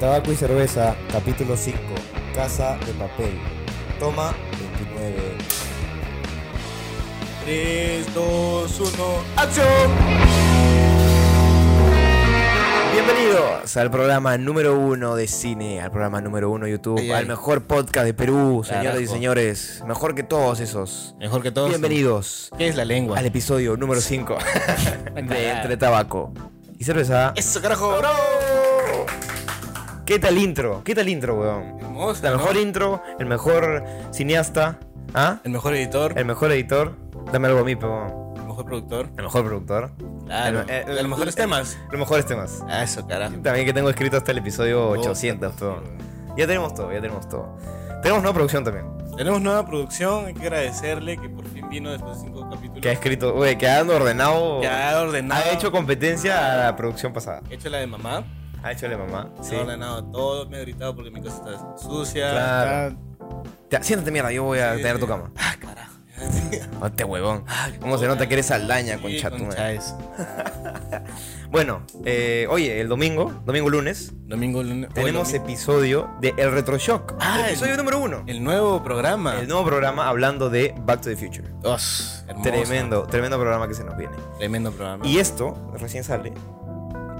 Tabaco y Cerveza, capítulo 5, Casa de Papel, toma 29. 3, 2, 1, ¡acción! Bienvenidos al programa número uno de cine, al programa número uno de YouTube, Ay, ay. al mejor podcast de Perú, señoras y Carajo. señores, mejor que todos esos. Mejor que todos. Bienvenidos ¿Qué es la lengua? al episodio número 5 de cagada. Entre Tabaco y Cerveza. ¡Eso, carajo! ¿Qué tal intro? ¿Qué tal intro, weón? Hermosa, La ¿no? mejor intro, el mejor cineasta, ¿ah? El mejor editor, El mejor editor, dame algo a mí, pero el mejor productor. el mejor productor, Claro. El- el- los mejores el- temas. los mejores temas. Ah, eso, carajo. También que tengo escrito hasta el episodio Oh, 800, todo. Ya tenemos todo, ya tenemos todo. Tenemos nueva producción también, Tenemos nueva producción, hay que agradecerle que por fin vino después de cinco capítulos. que ha escrito, güey, que ha ordenado, Que ha ordenado. ha hecho competencia a la producción pasada. hecho la de mamá. Ha hecho la mamá, sí. Se ha ordenado todo, me ha gritado porque mi casa está sucia. Claro. Ya, Siéntate mierda, yo voy a Sí, tener tu sí. cama. Ah, carajo. No te huevón. ¿Cómo se nota que eres aldaña, con Sí, chat concha, es. Bueno, eh, oye, el domingo, domingo lunes, Domingo, lunes. tenemos hoy domingo. episodio de El Retroshock. Ah, el episodio el- número uno. el nuevo programa. El nuevo programa hablando de Back to the Future. Os, hermoso. Tremendo, tremendo programa que se nos viene. Tremendo programa. Y esto, recién sale.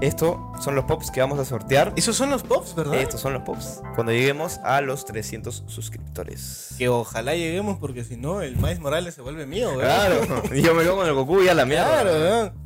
Esto son los pops que vamos a sortear. esos son los pops, ¿verdad? Estos son los pops. Cuando lleguemos a los 300 suscriptores. Que ojalá lleguemos porque si no, el Maíz Morales se vuelve mío, weón. Claro, yo me quedo con el Goku y a la mierda. Claro, weón.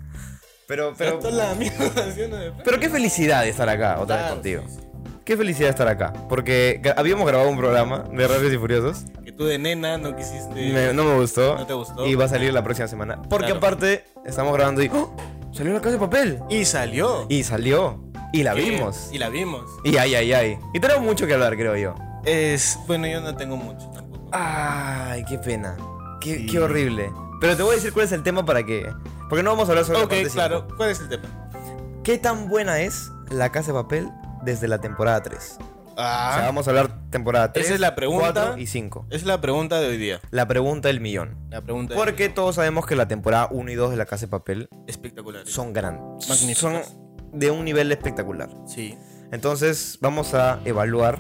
Pero, Pero pero, toda la mierda ¿sí o no? pero qué felicidad de estar acá otra vez Claro, contigo. sí, sí. Qué felicidad estar acá. Porque gra- habíamos grabado un programa de Rápidos y Furiosos. Que tú de nena no quisiste. Me- no me gustó. No te gustó. Y va a salir la próxima semana. Porque Claro. aparte, estamos grabando y. ¡oh! Salió la casa de papel. Y salió. Y salió. Y la ¿Qué? vimos. Y la vimos. Y ay, ay, ay. Y tenemos mucho que hablar, creo yo. Es. Bueno, yo no tengo mucho Ah, tampoco. Ay, qué pena. Qué, Sí. qué horrible. Pero te voy a decir cuál es el tema para que. Porque no vamos a hablar sobre la ok, parte claro. cinco. ¿Cuál es el tema? ¿Qué tan buena es la casa de papel desde la temporada 3? O sea, Ah. vamos a hablar temporada 3. Esa es la pregunta. 4 y 5. es la pregunta de hoy día. La pregunta del millón. La pregunta de- Porque todos sabemos que la temporada 1 y 2 de la casa de papel espectacular. son grandes. Magníficas. Son de un nivel espectacular. Sí. Entonces, vamos a evaluar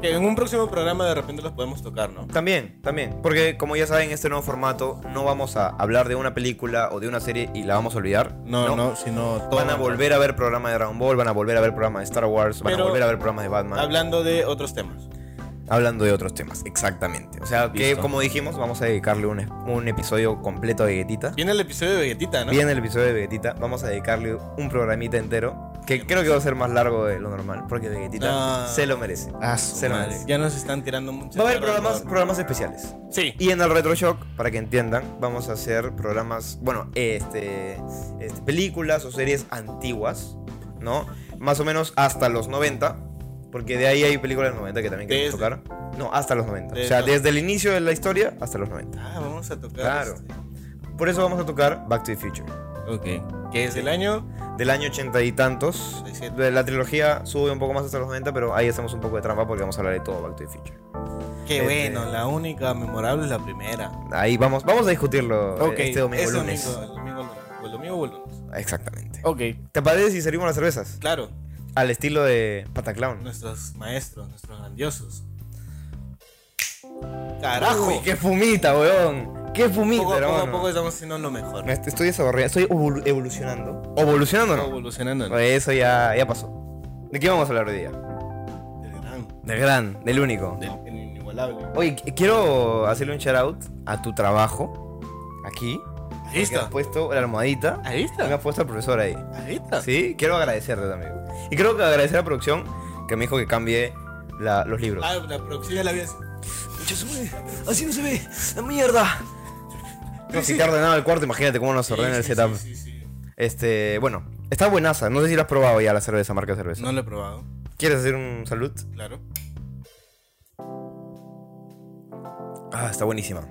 Que en un próximo programa de repente los podemos tocar, ¿no? También, también. Porque como ya saben, este nuevo formato no vamos a hablar de una película o de una serie y la vamos a olvidar. No, no, sino todo. Van a volver a ver programa de Dragon Ball, van a volver a ver programa de Star Wars, van a Pero- volver a ver programas de Batman. Hablando de otros temas. hablando de otros temas, exactamente. O sea, que Listo. como dijimos, vamos a dedicarle un, un episodio completo a Vegetita. Viene el episodio de Vegetita, ¿no? Viene el episodio de Vegetita, vamos a dedicarle un programita entero. Que creo que va a ser más largo de lo normal, porque Vegetita Ah. se lo merece. Ah, Se lo merece. Ya nos están tirando mucho. Va a haber barro, programas, ¿no? programas especiales. Sí. Y en el RetroShock, para que entiendan, vamos a hacer programas, bueno, este, este, películas o series antiguas, ¿no? Más o menos hasta los 90, porque de ahí hay películas de los 90 que también queremos Desde- tocar. No, hasta los 90. o Desde sea, los- desde el inicio de la historia hasta los 90. Ah, vamos a tocar. Claro. este. Por eso vamos a tocar Back to the Future, Ok. Que es el año. del año ochenta y tantos. 87. De la trilogía sube un poco más hasta los 90, pero ahí hacemos un poco de trampa porque vamos a hablar de todo Back to the Future. Qué Este- bueno, la única memorable es la primera. Ahí vamos, vamos a discutirlo eh, este domingo es lunes. Domingo, el domingo lunes. O el domingo o el lunes. Exactamente. Ok. ¿Te parece si servimos las cervezas? Claro. Al estilo de Pataclown. Nuestros maestros, nuestros grandiosos. Carajo. Uy, ¡Qué fumita, weón! ¡Qué fumita, poco, poco a hermano! poco estamos haciendo lo mejor. Me est- Estoy desarrollando, estoy evolu- evolucionando. ¿Evolucionando Estamos no? Evolucionando. Pues Eso ya, ya pasó. ¿De qué vamos a hablar hoy día? Del gran, Del gran, del único. del del inigualable. Oye, qu- quiero hacerle un shout out a tu trabajo. Aquí. Ahí Que has está. puesto la almohadita. Ahí Y me está. has puesto al profesor ahí. Ahí está. ¿Sí? Quiero agradecerte también. Y creo que agradecer a producción que me dijo que cambie la- los libros. Ah, la producción ya la vi así. Así no se ve. ¡La mierda! No, si te ha ordenado el cuarto, imagínate cómo nos ordena el Sí, sí, setup. sí, sí, sí. Este, bueno, está buenaza. No sé si la has probado ya la cerveza, marca de cerveza. No lo he probado, ¿Quieres hacer un salud? claro. Ah, está buenísima.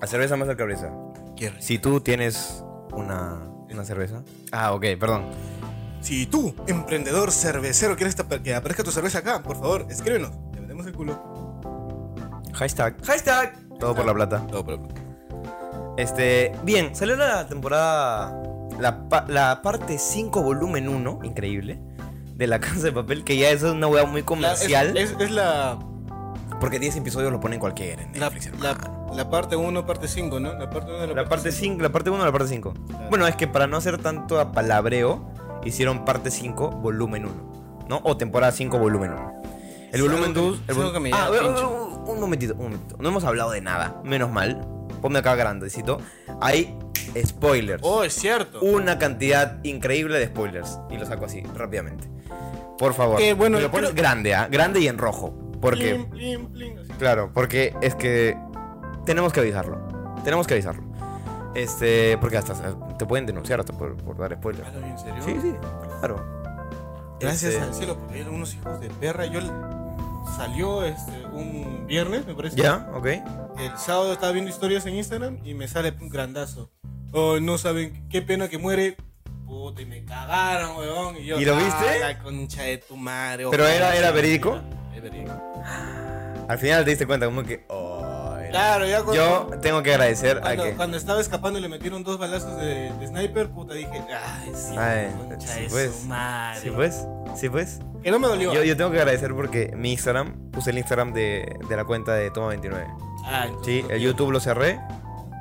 La cerveza más alcabreza. Qué rico. Si tú tienes una, una cerveza. Ah, ok, perdón. Si tú, emprendedor cervecero, quieres tapa- que aparezca tu cerveza acá, por favor, escríbenos. Te metemos el culo. Hashtag. Hashtag. Todo por la plata. No, pero... Este, bien, salió la temporada. La, pa- la parte 5, volumen 1, increíble, de la casa de papel, que ya eso es una weá muy La- es, comercial. es- es la, Porque 10 episodios lo ponen cualquiera en la, Netflix, hermano. la, la parte 1, parte 5, ¿no? La parte 1 de la, La parte cinco. 5, la parte 1 la parte 5. Bueno, es que para no hacer tanto a palabreo, hicieron parte 5, volumen 1, ¿no? O temporada 5, volumen 1. El Es volumen algo que- 2. es algo que me ah, lleva eh, pincho. eh, un momentito, un momentito. No hemos hablado de nada, menos mal. Ponme acá grandecito. Hay spoilers. Oh, es cierto. Una cantidad increíble de spoilers. Y lo saco así, rápidamente. Por favor. Que, bueno, lo pones creo- grande, ¿ah? Grande y en rojo. Porque. Plin, plin, plin, así. Claro, porque es que tenemos que avisarlo. Tenemos que avisarlo. Este, porque hasta se- te pueden denunciar hasta por, por dar spoilers. Hazlo bien, ¿En serio? Sí, sí, claro. Gracias Este, al cielo, porque hay algunos hijos de perra. Yo l- salió este, un viernes, me parece. Ya, ok. El sábado estaba viendo historias en Instagram y me sale un grandazo. Oh, no saben, qué pena que muere. Puta, y me cagaron, weón. Y, yo, ¿Y lo "Ah, viste? La concha de tu madre. ¿Pero ojalá era- sea era mentira". verídico? Es verídico. Al final te diste cuenta como que. oh, era- Claro, ya cuando, Yo tengo que agradecer a cuando, que. cuando estaba escapando y le metieron dos balazos de, de sniper, puta, dije, ay, sí, Ay, concha sí, de pues. su madre. Sí, pues. Sí, pues. Que no me dolió. Yo, yo tengo que agradecer porque mi Instagram, puse el Instagram de, de la cuenta de Toma29. Ah, entonces Sí, el no tiene- YouTube lo cerré,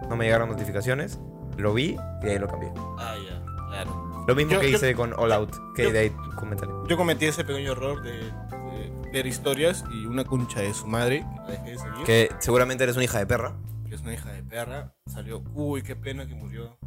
no me llegaron notificaciones, lo vi y de ahí lo cambié. Ah, ya, claro. Lo mismo Yo- que yo- hice con All Out, que yo- de ahí comentaré. Yo cometí ese pequeño error de, de ver historias y una concha de su madre, que la dejé de seguir, Que seguramente eres una hija de perra. que es una hija de perra, salió, uy, qué pena que murió.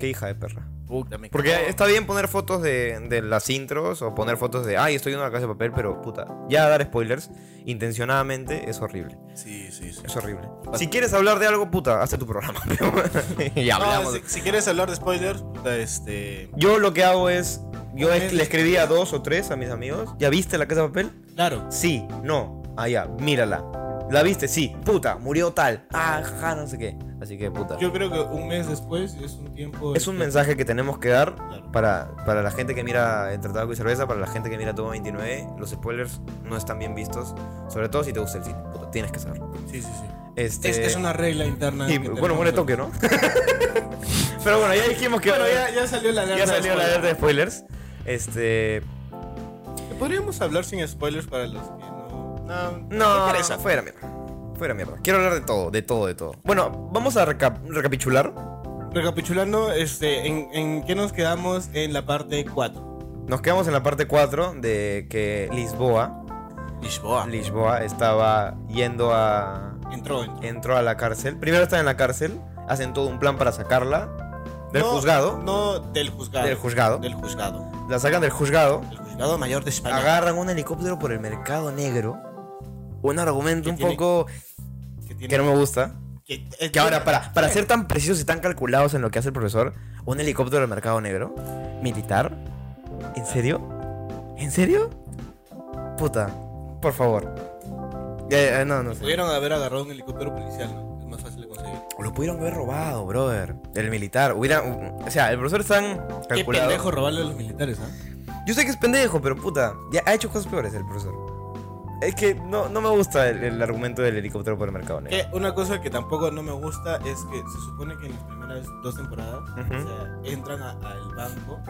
¿Qué hija de perra? Puta, me cagó. Porque está bien poner fotos de, de las intros o poner fotos de, ay, estoy en la casa de papel, pero puta, ya dar spoilers intencionadamente es horrible. Sí, sí, sí. Es horrible. Si quieres hablar de algo, puta, hazte tu programa. y Ah, hablamos. si, si quieres hablar de spoilers, puta, este... Yo lo que hago es, yo Poner- es- le escribí a dos o tres a mis amigos, ¿ya viste la casa de papel? Claro. Sí, no, allá, mírala. ¿La viste? Sí, puta, murió tal. Ah, ja, no sé qué. Así que puta. Yo creo que un mes después es un tiempo... Es un este, mensaje que tenemos que dar Claro. para, para la gente que mira Entre Tabaco y Cerveza, para la gente que mira Todo 29. Los spoilers no están bien vistos, sobre todo si te gusta el cine. Puta, tienes que saberlo. Sí, sí, sí. Este, Es, es una regla interna. y, que bueno, tenemos. muere Tokio, ¿no? Pero bueno, ya dijimos que Bueno, ya, ya salió la ya alerta. de salió la spoilers. alerta de spoilers. Este, Podríamos hablar sin spoilers para los que no... No, No, me parece. fuera mierda. Fuera mierda. Quiero hablar de todo, de todo, de todo. Bueno, vamos a reca- recapitular. Recapitulando, este, ¿en, en qué nos quedamos en la parte 4? Nos quedamos en la parte 4 de que Lisboa, Lisboa. Lisboa estaba yendo a... entró, entró. Entró a la cárcel. Primero está en la cárcel. Hacen todo un plan para sacarla del No, juzgado. No, del juzgado. Del juzgado. Del juzgado. La sacan del juzgado. El juzgado mayor de España. Agarran un helicóptero por el mercado negro. Un argumento Que un tiene- poco que tiene- que no me gusta. que- eh, Que ahora, tiene- para, para ser tan precisos y tan calculados en lo que hace el profesor, un helicóptero del mercado negro, militar, ¿en serio? ¿En serio? Puta, por favor. Eh, eh, no, no sé. Pudieron haber agarrado un helicóptero policial, ¿no? Es más fácil de conseguir. Lo pudieron haber robado, brother. El militar. Hubiera, o sea, el profesor es tan Qué calculado. pendejo robarle a los militares, ¿ah? Yo sé que es pendejo, pero puta, ya ha hecho cosas peores el profesor. Es que no, no me gusta el, el argumento del helicóptero por el mercado negro. Que una cosa que tampoco no me gusta es que se supone que en las primeras dos temporadas Ujú. o sea, entran a- al banco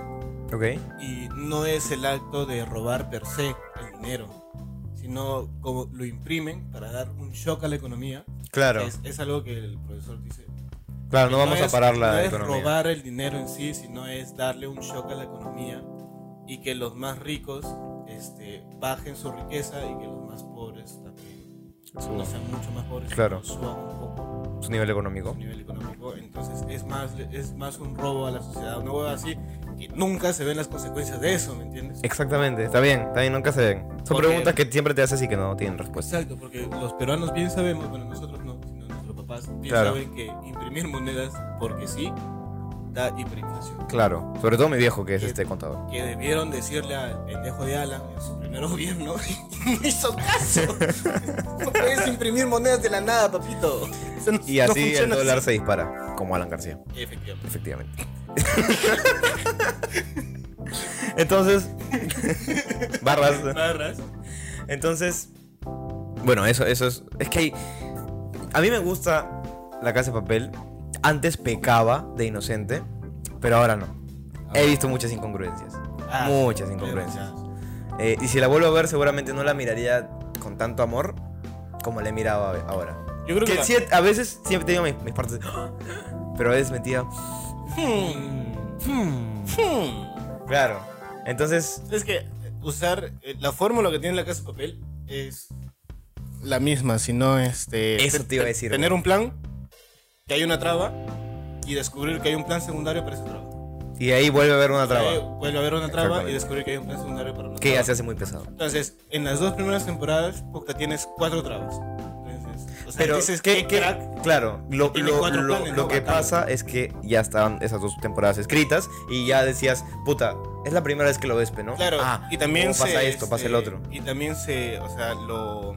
Ok. y no es el acto de robar per se el dinero, sino como lo imprimen para dar un shock a la economía. Claro, Es, es algo que el profesor dice. claro, no vamos a es- parar la no es economía. robar el dinero en sí, sino es darle un shock a la economía y que los más ricos este, bajen su riqueza y que los más pobres también Su- no sean mucho más pobres, Claro. sino suban un poco su nivel su económico. nivel económico. Entonces es más, es más un robo a la sociedad, una hueva así, que nunca se ven las consecuencias de eso, ¿me entiendes? Exactamente, está bien, está bien, nunca se ven. Son Porque- preguntas que siempre te haces y que no tienen respuesta. Exacto, porque los peruanos bien sabemos, bueno, nosotros no, sino nuestros papás bien Claro. saben que imprimir monedas porque sí da hiperinflación. Claro, sobre todo mi viejo que es este contador. Que debieron decirle al pendejo de Alan en su primer gobierno y no hizo caso. No puedes imprimir monedas de la nada, papito. Eso no- Y no así el funciona dólar se dispara, como Alan García, así. Efectivamente. efectivamente. Entonces, barras. Barras. Entonces, bueno, eso, eso es. Es que hay- a mí me gusta la casa de papel. Antes pecaba de inocente, pero ahora no. He visto muchas incongruencias. Ah, Muchas sí, incongruencias. demasiadas. Eh, y si la vuelvo a ver, seguramente no la miraría con tanto amor como la he mirado a- ahora. Yo creo que Que la- sí, a veces siempre tengo mis, mis partes. de, "Ah", Pero a veces metía. Hmm, Claro. Entonces, Es que usar eh, la fórmula que tiene la casa de papel es la misma, sino este. Eso te iba a decir, Tener un plan, que hay una traba, y descubrir que hay un plan secundario para esa traba. y de ahí vuelve a haber una Eh, traba. Vuelve a haber una traba Exactamente. y descubrir que hay un plan secundario para una Que traba. ya se hace muy pesado. Entonces, en las dos primeras temporadas, Puta, tienes cuatro trabas. Entonces, o sea, Pero dices ¿qué- que qué- crack. claro, lo, tiene lo- cuatro lo- planes, lo ¿no? que Bacán. pasa es que ya estaban esas dos temporadas escritas y ya decías, puta, es la primera vez que lo ves, pe, ¿no? Claro, Ah, y también ¿cómo pasa se, esto, pasa este, el otro. Y también se, o sea, lo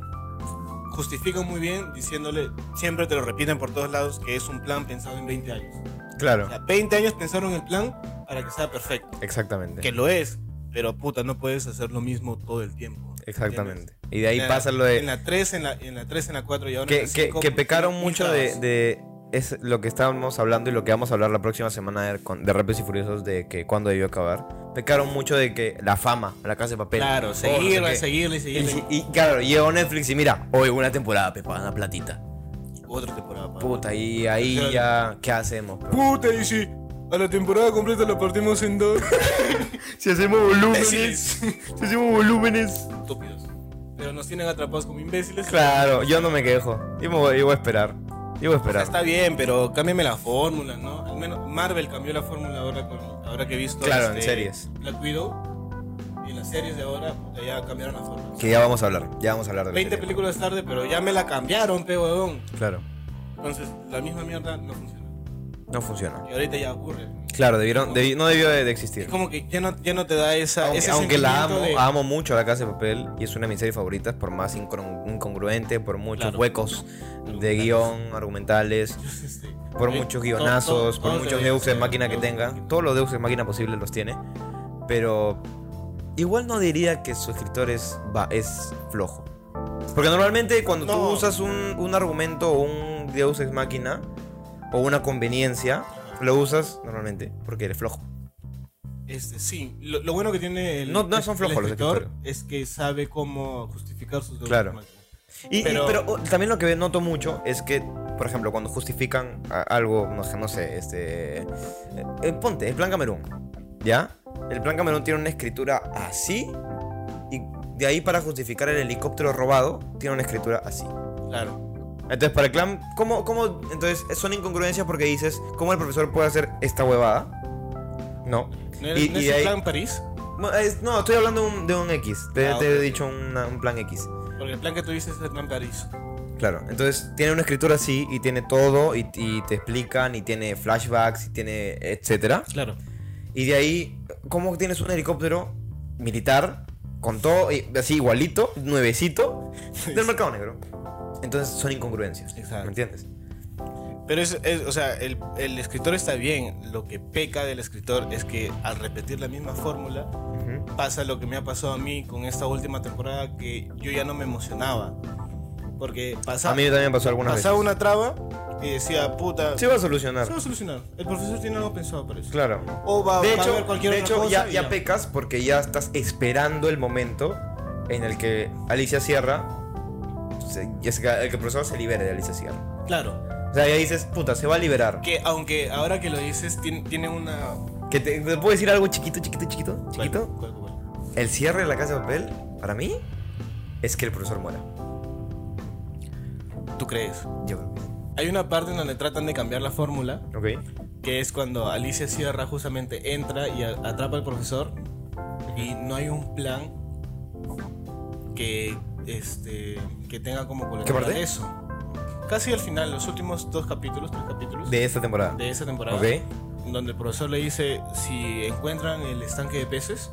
justifican muy bien diciéndole, siempre te lo repiten por todos lados, que es un plan pensado en 20 años. Claro, O sea, 20 años pensaron el plan para que sea perfecto, exactamente. que lo es, pero puta, no puedes hacer lo mismo todo el tiempo. Exactamente. ¿entiendes? Y de ahí En la- pasa lo de. En la 3, en la, en la 3, en la 4 y ahora en que, la que- cinco, que pecaron tienen mucho de, trabas. de- es lo que estábamos hablando y lo que vamos a hablar la próxima semana de, con- de Rápidos y Furiosos de que cuándo debió acabar. Pecaron mucho de que la fama, la casa de papel. oh, Claro, no sé qué. seguirla, seguirla y Y, seguirla. y claro, llegó Netflix y mira, hoy una temporada, pepa, una platita. Otra temporada. pa. Puta, y ahí Claro. ya, ¿qué hacemos? pe? Puta, y si a la temporada completa la partimos en dos. Si hacemos Imbéciles. si hacemos volúmenes. Estúpidos. Pero nos tienen atrapados como imbéciles. Claro, yo no me quejo. Yo, me voy, yo voy a esperar. Yo voy a O sea, esperar. está bien, pero cámbiame la fórmula, ¿no? Al menos Marvel cambió la fórmula ahora, con- ahora que he visto. este, Claro, en series. Black Widow. Y en las series de ahora puta, ya cambiaron la fórmula. Que ya vamos a hablar, ya vamos a hablar de la 20 serie. películas tarde, pero ya me la cambiaron, pe huevón. Claro, Entonces, la misma mierda no funciona. no funciona. Y ahorita ya ocurre. Claro, debieron, debi- no debió de, de existir. Es como que ya no, ya no te da esa. Aunque, ese aunque la amo, sentimiento de- amo mucho la casa de papel y es una de mis series favoritas, por más incongru- incongruente, por muchos Claro. huecos de guión, argumentales, Este, por eh, muchos to- guionazos, to- por todos muchos deberían deus ex ser máquina que Deus ex tenga. machina. Todos los deus ex máquina posibles los tiene. Pero igual no diría que su escritor es, va- es flojo. Porque normalmente cuando tú No. usas un, un argumento o un deus ex máquina o una conveniencia, lo usas normalmente porque eres flojo. Este, sí, lo, lo bueno que tiene el, No- no son el flojos los escritor escritores. es que sabe cómo justificar sus deudas. Claro. máquinas. Y, y- pero, Pero- oh, también lo que noto mucho es que, por ejemplo, cuando justifican a- algo, no sé, no sé, este... eh, eh, ponte, el Plan Camerún, ¿ya? El Plan Camerún tiene una escritura así y de ahí para justificar el helicóptero robado tiene una escritura así. Claro. Entonces, para el clan, ¿cómo, cómo, entonces, son incongruencias porque dices, ¿cómo el profesor puede hacer esta huevada? No. ¿No, era- Y- no y de es el ahí- plan París? Bueno, es- No, estoy hablando de un, de un X. Te, Ah, te ok, he ok. dicho una- un plan X. Porque el plan que tú dices es el plan París. Claro, entonces tiene una escritura así y tiene todo y, y te explican y tiene flashbacks y tiene etcétera. Claro. Y de ahí, ¿cómo tienes un helicóptero militar con todo y- así igualito, nuevecito, del mercado negro? Entonces son incongruencias. Exacto. ¿Me entiendes? Pero es, es- o sea, el, el escritor está bien. Lo que peca del escritor es que al repetir la misma fórmula, Ujú. pasa lo que me ha pasado a mí con esta última temporada que yo ya no me emocionaba. Porque A pasaba, mí también me pasó algunas pasaba veces. una traba y decía, puta, Se va a solucionar. se va a solucionar. El profesor tiene algo pensado para eso. Claro. O va, De va a hecho, haber cualquier de otra hecho, cosa ya, y ya pecas porque ya estás esperando el momento en el que Alicia Sierra, se- ya se- el que el profesor se libere de Alicia Sierra. Claro. O sea, ya dices, puta, se va a liberar. Que aunque ahora que lo dices, tiene, tiene una. Que te, ¿te puedo decir algo chiquito, chiquito, chiquito, ¿Cuál, chiquito. cuál, cuál? El cierre de la casa de papel, para mí, es que el profesor muera. ¿Tú crees? Yo creo Hay una parte en donde tratan de cambiar la fórmula, que sí. que es cuando Alicia Sierra justamente entra y a- atrapa al profesor, y no hay un plan que, este, que tenga como colateral parte? eso. Casi al final, los últimos dos capítulos, tres Ok. capítulos de, De esta temporada. esa temporada, Ok. en donde el profesor le dice: si encuentran el estanque de peces,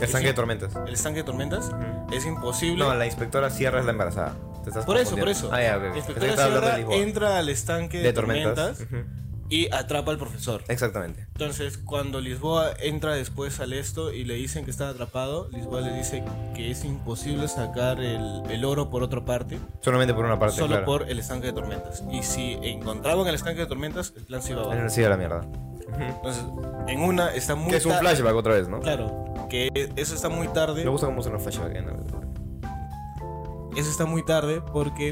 El sangre de tormentas. el estanque de tormentas, Ujú. es imposible. No, la inspectora Sierra es la embarazada. Te estás Por eso, por confundiendo. eso. Ah, ya, ok. La Pensé que inspectora estaba hablando de Sierra Lisboa. entra al estanque de, De tormentas. tormentas, Ujú. y atrapa al profesor. Exactamente. Entonces, cuando Lisboa entra después al esto y le dicen que está atrapado, Lisboa le dice que es imposible sacar el, el oro por otra parte, Solamente por una parte, solo claro. por el estanque de tormentas. Y si encontraban el estanque de tormentas, el plan se iba En abajo. el de la mierda. Ujú. Entonces, en una está muy... Que es un ta- flashback otra vez, ¿no? Claro. Que eso está muy tarde. Me gusta cómo son los flashbacks. ¿no? Eso está muy tarde porque,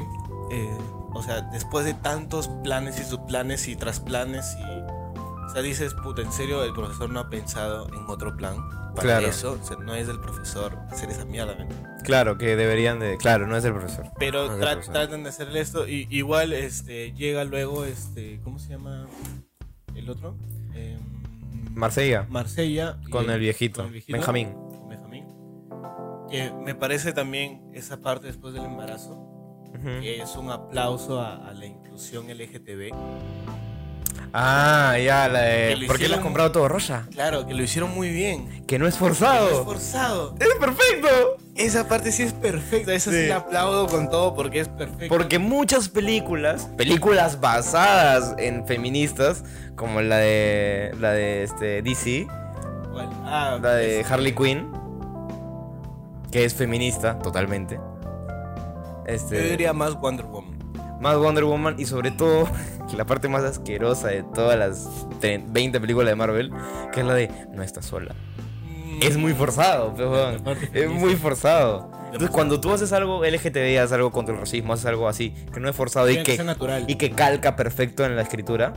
eh, o sea, después de tantos planes y subplanes y trasplanes y... O sea, dices, puta, en serio, el profesor no ha pensado en otro plan. Para Claro. eso, o sea, no es del profesor hacer esa mierda, ¿me entiendes? Claro, que deberían de. Claro, no es el profesor. Pero No es el tra- profesor. tratan de hacerle esto. Y, igual este, llega luego, este, ¿cómo se llama el otro? Em, Marsella. Marsella. y Con el viejito, con Benjamín. Benjamín. Que me parece también esa parte después del embarazo, Ujú. que es un aplauso a, a la inclusión LGTB. Ah, ya, la Que de. ¿Por qué lo le has hicieron- comprado todo rosa? Claro, que lo hicieron muy bien. Que no es forzado. Esforzado. forzado. ¡Es perfecto! Esa parte sí es perfecta, esa sí, Sí. la aplaudo con todo porque es perfecta. Porque muchas películas, películas basadas en feministas, como la de la de este DC, Igual. Ah, la de es- Harley Quinn, que es feminista totalmente. Yo Este, diría más Wonder Woman. más Wonder Woman y sobre todo la parte más asquerosa de todas las tre- 20 películas de Marvel, que es la de no estás sola. Mm. Es muy forzado, pues, weón. La parte Es feminista. muy forzado. Entonces, Demasiado. cuando tú haces algo LGTB, haces algo contra el racismo, haces algo así, que no es forzado y Tiene que que, ser natural. y que calca perfecto en la escritura,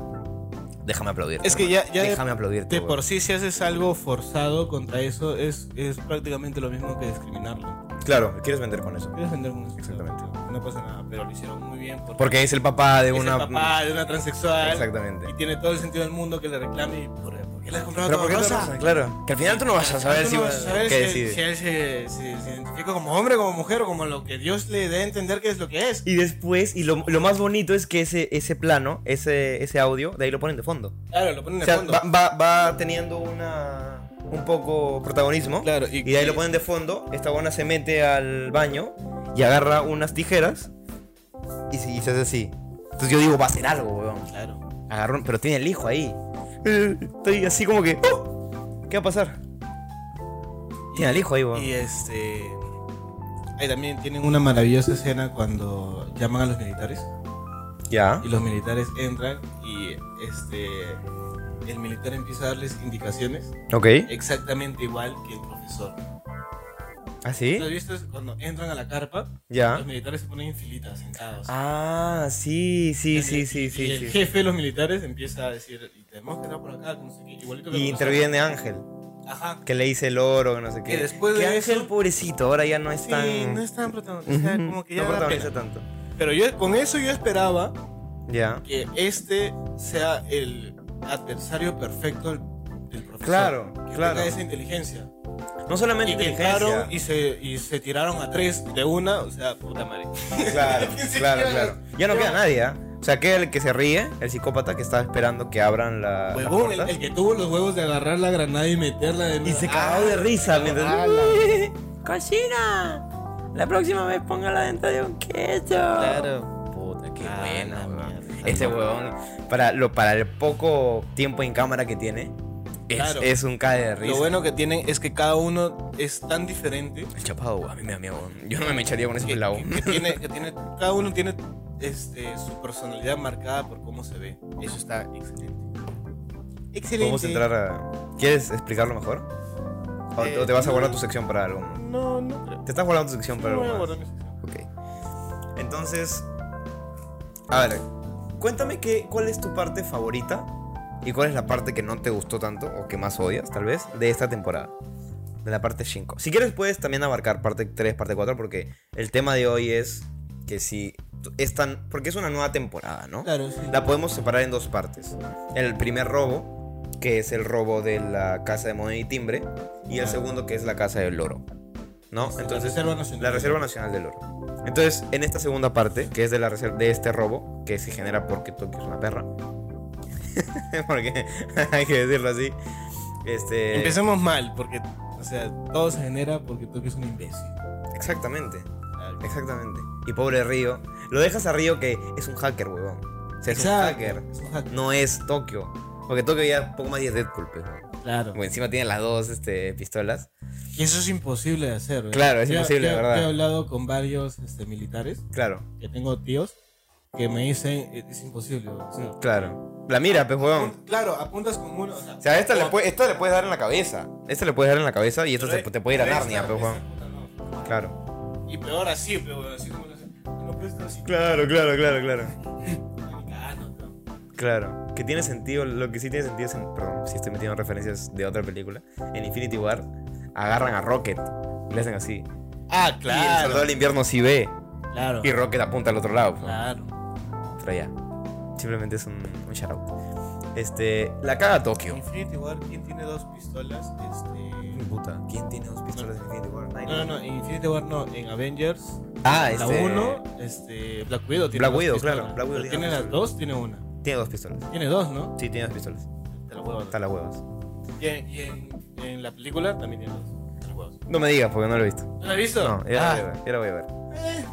déjame aplaudir. Es que ya, ya de, déjame aplaudirte. de weón. por sí si haces algo forzado contra eso es, es prácticamente lo mismo que discriminarlo. Claro, quieres vender con eso. Quieres vender con eso, Exactamente. No pasa nada, pero lo hicieron muy bien porque, Porque es el papá de es una. el papá de una transexual Exactamente. y tiene todo el sentido del mundo que le reclame y por, ¿por qué le has comprado Este, Pero todo ¿por qué no rosa? rosa? Claro. Que al final tú no vas a saber Tú si no vas a saber qué si, decide. si él se, se- se identifica como hombre, como mujer o como lo que Dios le dé a entender que es lo que es. Y después, y lo, lo más bonito es que ese, ese plano, ese, ese audio, de ahí lo ponen de fondo. Claro, lo ponen O de sea, fondo. va, va- va teniendo una, un poco protagonismo. Claro, y- y, de ahí lo ponen de fondo. Esta buena se mete al baño y agarra unas tijeras y, se- y se hace así. Entonces yo digo, va a hacer algo, weón. Claro. Agarró, pero tiene el hijo ahí. Eh, Estoy así como que. "Oh, ¿Qué va a pasar? Tiene al hijo ahí, weón. Y este. Ahí también tienen una maravillosa escena cuando llaman a los militares. Ya. Y los militares entran y este. El militar empieza a darles indicaciones Ok. exactamente igual que el profesor. ¿Así? ¿Lo has visto? Es Cuando entran a la carpa, ¿Ah, Ya. los militares se ponen en filita, sentados. Ah, sí, sí, Y- sí, sí, y sí. el sí. jefe de los militares empieza a decir: "Y Tenemos que entrar por acá, no sé qué, igualito que el Y profesor. interviene Ángel. Ajá. que le hice el oro, que no sé qué. Que después Que de Ángel, eso- pobrecito, ahora ya no es Sí, tan. no es tan protagonista, Ujú, como que ya. no da pena. protagoniza tanto. Pero yo con eso yo esperaba Ya. que este sea el adversario perfecto del, del profesor. Claro, que claro. tenga esa inteligencia. No solamente Y que inteligencia. entraron y se, y se tiraron a tres de una, o sea, puta madre. Claro, Sí, claro, claro. claro. Ya no queda nadie, ¿ah? O sea, queda el que se ríe, el psicópata que estaba esperando que abran la. las Huevón, el, puertas. el que tuvo los huevos de agarrar la granada y meterla de nuevo. Ah, Y se cagó de risa mientras. Cocina. La próxima vez póngala dentro de un queso. Claro. Puta, qué Ah, buena, la weón. mierda. Ese huevón, para, lo, para el poco tiempo en cámara que tiene, es, Claro. es un cae de risa. Lo bueno que tienen es que cada uno es tan diferente El chapado, weón, a mí me da miedo. weón. Yo no me echaría con ese que, pelado. que- que tiene, que tiene, cada uno tiene este, su personalidad marcada por cómo se ve. Eso está excelente. Excelente. Podemos entrar a. ¿Quieres explicarlo mejor? ¿O, Eh, o te vas a no. guardar tu sección para algo? No, no creo. Te estás guardando tu sección para No voy a algo. guardar más? mi sección. Ok. Entonces. A ver, cuéntame que, cuál es tu parte favorita y cuál es la parte que no te gustó tanto o que más odias, tal vez, de esta temporada. De la parte 5. Si quieres, puedes también abarcar parte 3, parte 4, porque el tema de hoy es que si. Es tan, porque es una nueva temporada, ¿no? Claro, sí. La podemos separar en dos partes. El primer robo, que es el robo de la casa de moneda y timbre, y el Claro. segundo que es la casa del oro. ¿No? Entonces, Reserva Nacional. la Reserva Nacional del Oro. Entonces, en esta segunda parte, que es de la reserva de este robo, que se genera porque Tokio es una perra. porque hay que decirlo así. Este, Empecemos mal, porque, o sea, todo se genera porque Tokio es un imbécil. Exactamente, exactamente. Y pobre Río. Lo dejas a Río que es un hacker, huevón. O sea, es un Exacto, hacker. es un hacker, No es Tokio. Porque Tokio ya poco más y es Deadpool, pues, huevón. Claro. Como encima tiene las dos este, pistolas. Y eso es imposible de hacer. ¿verdad? Claro, es Yo- imposible, yo- de verdad. Yo he hablado con varios este, militares Claro. que tengo tíos que me dicen eh, es imposible. o sea. Mm. Claro. La mira, pues, weón. Apun- claro, apuntas con uno. O sea, O sea, esta le, puede- esta le puedes dar en la cabeza. Esta le puedes dar en la cabeza y esta pero se- hay- te puede ir a pero Narnia, esta- pues, weón. esta puta no. Claro. Y peor así, pero así como lo hacen. No, pues, no, así. Claro, claro, claro, claro. Ah, no, no. Claro. Que tiene sentido, lo que sí tiene sentido es, en- perdón, si estoy metiendo referencias de otra película, en Infinity War agarran a Rocket, le hacen así. Y Ah, el soldado claro. del invierno sí ve Claro. y Rocket apunta al otro lado. pues. Claro. Pero ya, simplemente es un, un shoutout. Este, la caga Tokio. Infinity War, ¿quién tiene dos pistolas? Este. Puta, ¿quién tiene dos pistolas de Infinity War? Nadie. No, no, no, en Infinity War no, en Avengers. Ah, La este, 1, este. Black Widow tiene Black dos Widow, pistolas. claro, Black Widow Pero tiene tiene dos las pistolas. dos, tiene una. Tiene dos pistolas. Tiene dos, ¿no? Sí, tiene dos pistolas. Te la huevo. Hasta las huevas. Y, en, y en, en la película también tiene dos. Te la huevo. No me digas porque no lo he visto. ¿No la has visto? No, ya Ah, la voy a ver. Ya la voy a ver. eh,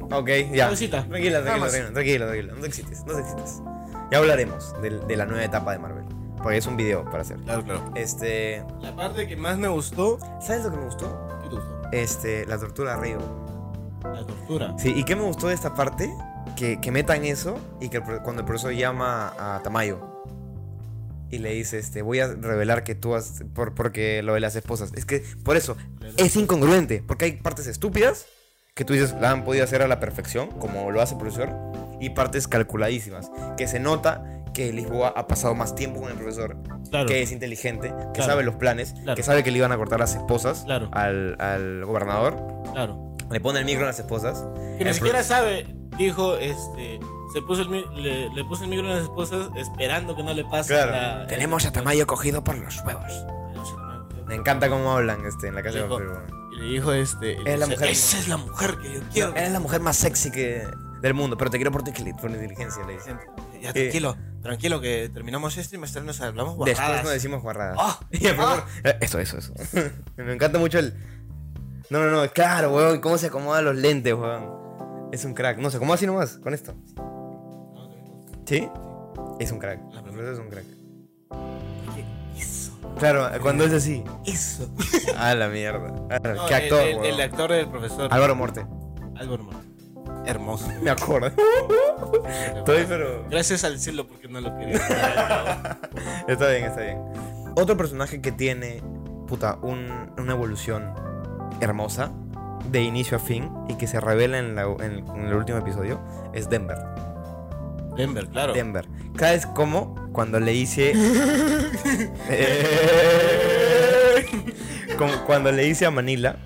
mm, Ok, ya. Cabecita. Tranquila, Nada tranquila, tranquila, más. tranquila, tranquila. No te excites, no te excites. Ya hablaremos de, de la nueva etapa de Marvel. Porque es un video para hacer. Claro, claro. Este. La parte que más me gustó. ¿Sabes lo que me gustó? ¿Qué te gustó? Este, la tortura de Río. La tortura. Sí, ¿y qué me gustó de esta parte? Que, que metan eso y que el pro- cuando el profesor llama a Tamayo y le dice, este, voy a revelar que tú has. Por, porque lo de las esposas. Es que, por eso, es incongruente, porque hay partes estúpidas que tú dices la han podido hacer a la perfección, como lo hace el profesor, y partes calculadísimas, que se nota que Lisboa ha pasado más tiempo con el profesor, Claro. que es inteligente, que Claro. sabe los planes, Claro. que sabe que le iban a cortar las esposas Claro. al, al gobernador, Claro. le pone el micro a las esposas. Que El ni siquiera sabe, dijo, este. Se puso el, mi- le, le puso el micro a las esposas esperando que no le pase. Claro. la- Tenemos a Tamayo cogido por los huevos. Me encanta cómo hablan este, en la casa de Dijo, papel, weón. Y le dijo, este. y le Es la dice, mujer. Esa es la mujer que yo quiero. Eres la mujer más sexy que del mundo, pero te quiero por tu, inteligencia", por tu inteligencia, le dice. Ya, tranquilo, tranquilo, que terminamos esto y más tarde nos hablamos. Después guarradas. no decimos guarradas. Ah, Y el profesor, eh, Eso, eso, eso. Me encanta mucho el. No, no, no, claro, weón. Cómo se acomodan los lentes, weón. Es un crack. No, se acomoda así nomás, con esto. ¿Sí? Es un crack. La El primera. profesor es un crack. Eso. Claro, cuando es así. Eso. A la mierda. Ah, No, Qué actor, el, el- el weón. actor del profesor. Álvaro Morte. Álvaro Morte. Hermoso. Me acuerdo. Estoy, pero. Gracias al cielo porque no lo quería. Está bien, está bien. Otro personaje que tiene, puta, un- una evolución hermosa de inicio a fin y que se revela en, la- en- en el último episodio es Denver. Denver, claro. Denver. ¿Sabes cómo? Cuando le hice. Eh, Como cuando le dice a Manila,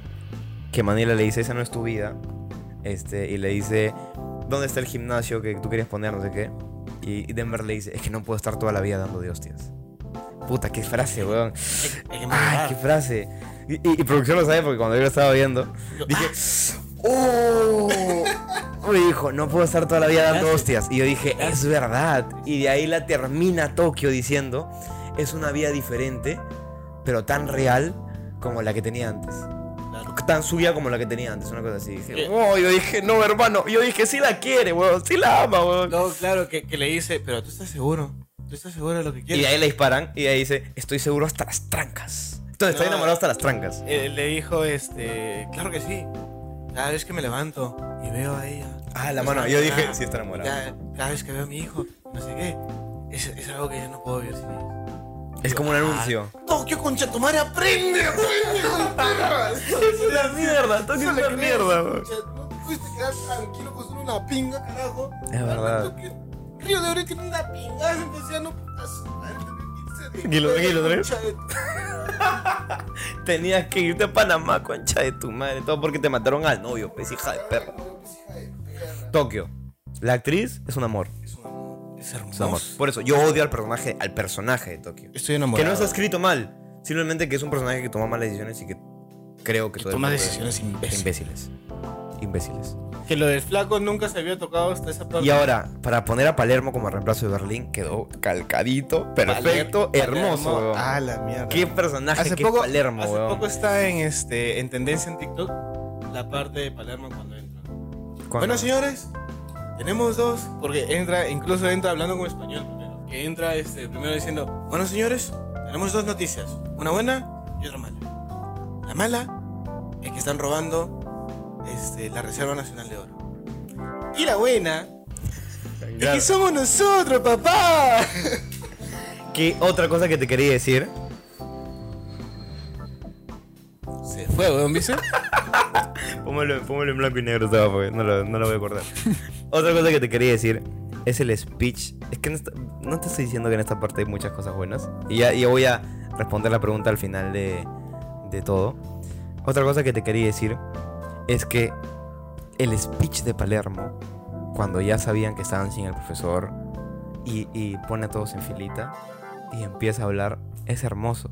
que Manila le dice, esa no es tu vida. Este, y le dice, ¿dónde está el gimnasio que tú querías poner? No sé qué. Y y Denver le dice, es que no puedo estar toda la vida dando de hostias. Puta, qué frase, weón. Hay que Ay, manejar. qué frase. Y, y- y producción lo sabe porque cuando yo lo estaba viendo, Yo- dije, ¡Oh! Me dijo, no puedo estar toda la vida dando hostias. Y yo dije, es verdad. Y de ahí la termina Tokio diciendo, es una vida diferente, pero tan real como la que tenía antes. ah, Claro. Tan suya como la que tenía antes, una cosa así. Dije, Eh. "Oh", yo dije, no, hermano. Yo dije, sí la quiere, weón, sí la ama, weón. No, claro, que, que le dice, pero tú estás seguro. Tú estás seguro de lo que Y de quieres. ahí le disparan y de ahí dice, estoy seguro hasta las trancas. Entonces, estoy No. enamorado hasta las trancas. Eh, le dijo, este, claro que sí. Cada vez que me levanto y veo a ella. Ah, la o mano. sea, Yo dije, cada- sí está enamorado. Cada, cada vez que veo a mi hijo, no sé qué. Es, es algo que yo no puedo vivir sin ella. Es como un anuncio. Tokio concha tu madre, aprende, aprende, con perras. La mierda, No le crees, weón. concha, No te pudiste quedar tranquilo con solo una pinga, carajo. Es verdad. Tanto que Río de Oro tiene una pinga, empecé a no puta su madre, tenía 15 de- Tranquilo, tranquilo, tranquilo. Concha de- Tenías que irte a Panamá, concha de tu madre. Todo porque te mataron al novio, pues hija de perra. Tokio. La actriz es un amor. Es un amor. Es Es un hermoso. amor. Por eso, yo odio al personaje, al personaje de Tokio. Estoy Que enamorado. no está escrito mal. Simplemente que es un personaje que toma malas decisiones y que creo que todo el Toma mundo- decisiones imbéciles. Imbéciles. Imbéciles. Que lo del flaco nunca se había tocado hasta esa parte. Y ahora, para poner a Palermo como reemplazo de Berlín, quedó calcadito, perfecto, Paler- hermoso, Palermo. weón. Ah, la mierda. Qué personaje hace que poco, es Palermo, hace weón. poco está en este en tendencia en TikTok la parte de Palermo cuando entra. Bueno, señores, tenemos dos porque entra incluso entra hablando como español primero, que entra este primero diciendo, "Bueno, señores, tenemos dos noticias, una buena y otra mala." La mala es que están robando este, la Reserva Nacional de Oro. Y la buena Claro. ¡Y somos nosotros, papá! ¿Qué otra cosa que te quería decir? Se fue, weón, ¿viste? Póngalo, póngalo en blanco y negro estaba porque no lo, no lo voy a acordar. Otra cosa que te quería decir es el speech. Es que en esta- no te estoy diciendo que en esta parte hay muchas cosas buenas. Y ya, ya voy a responder la pregunta al final de, de todo. Otra cosa que te quería decir es que el speech de Palermo, cuando ya sabían que estaban sin el profesor y, y pone a todos en filita y empieza a hablar, es hermoso.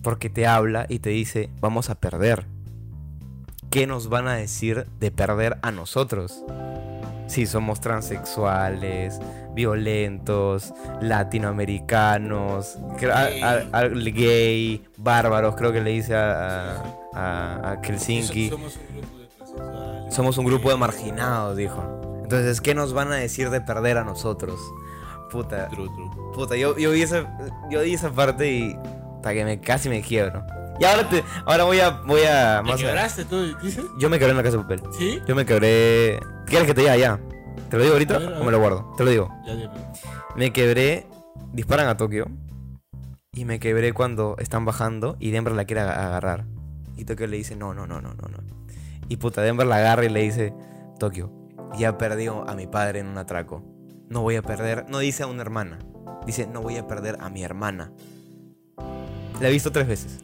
Porque te habla y te dice, vamos a perder. ¿qué nos van a decir de perder a nosotros? Si somos transexuales, violentos, latinoamericanos, cre- a- a- a- gay, bárbaros, creo que le dice a, a, a- a Helsinki. Somos un grupo de transexuales. eh, Somos un grupo de marginados, dijo. Entonces, ¿qué nos van a decir de perder a nosotros? Puta, True, true. puta, yo, yo, vi, esa, yo vi esa parte y hasta que me, casi me quiebro. Y ahora, te, ahora voy a... Voy a ¿Te más a- quebraste tú, dices? yo me quebré en la casa de papel. ¿Sí? Yo me quebré. ¿Quieres que te diga ya? ¿Te lo digo ahorita A ver, a o me ver. lo guardo? Te lo digo. Ya dime. Me quebré. Disparan a Tokio. Y me quebré cuando están bajando y Denver la quiere aga- agarrar. Y Tokio le dice: No, no, no, no, no, no. Y puta, Denver la agarra y le dice: Tokio, ya perdió a mi padre en un atraco. No voy a perder. No dice a una hermana. Dice: No voy a perder a mi hermana. La he visto tres veces.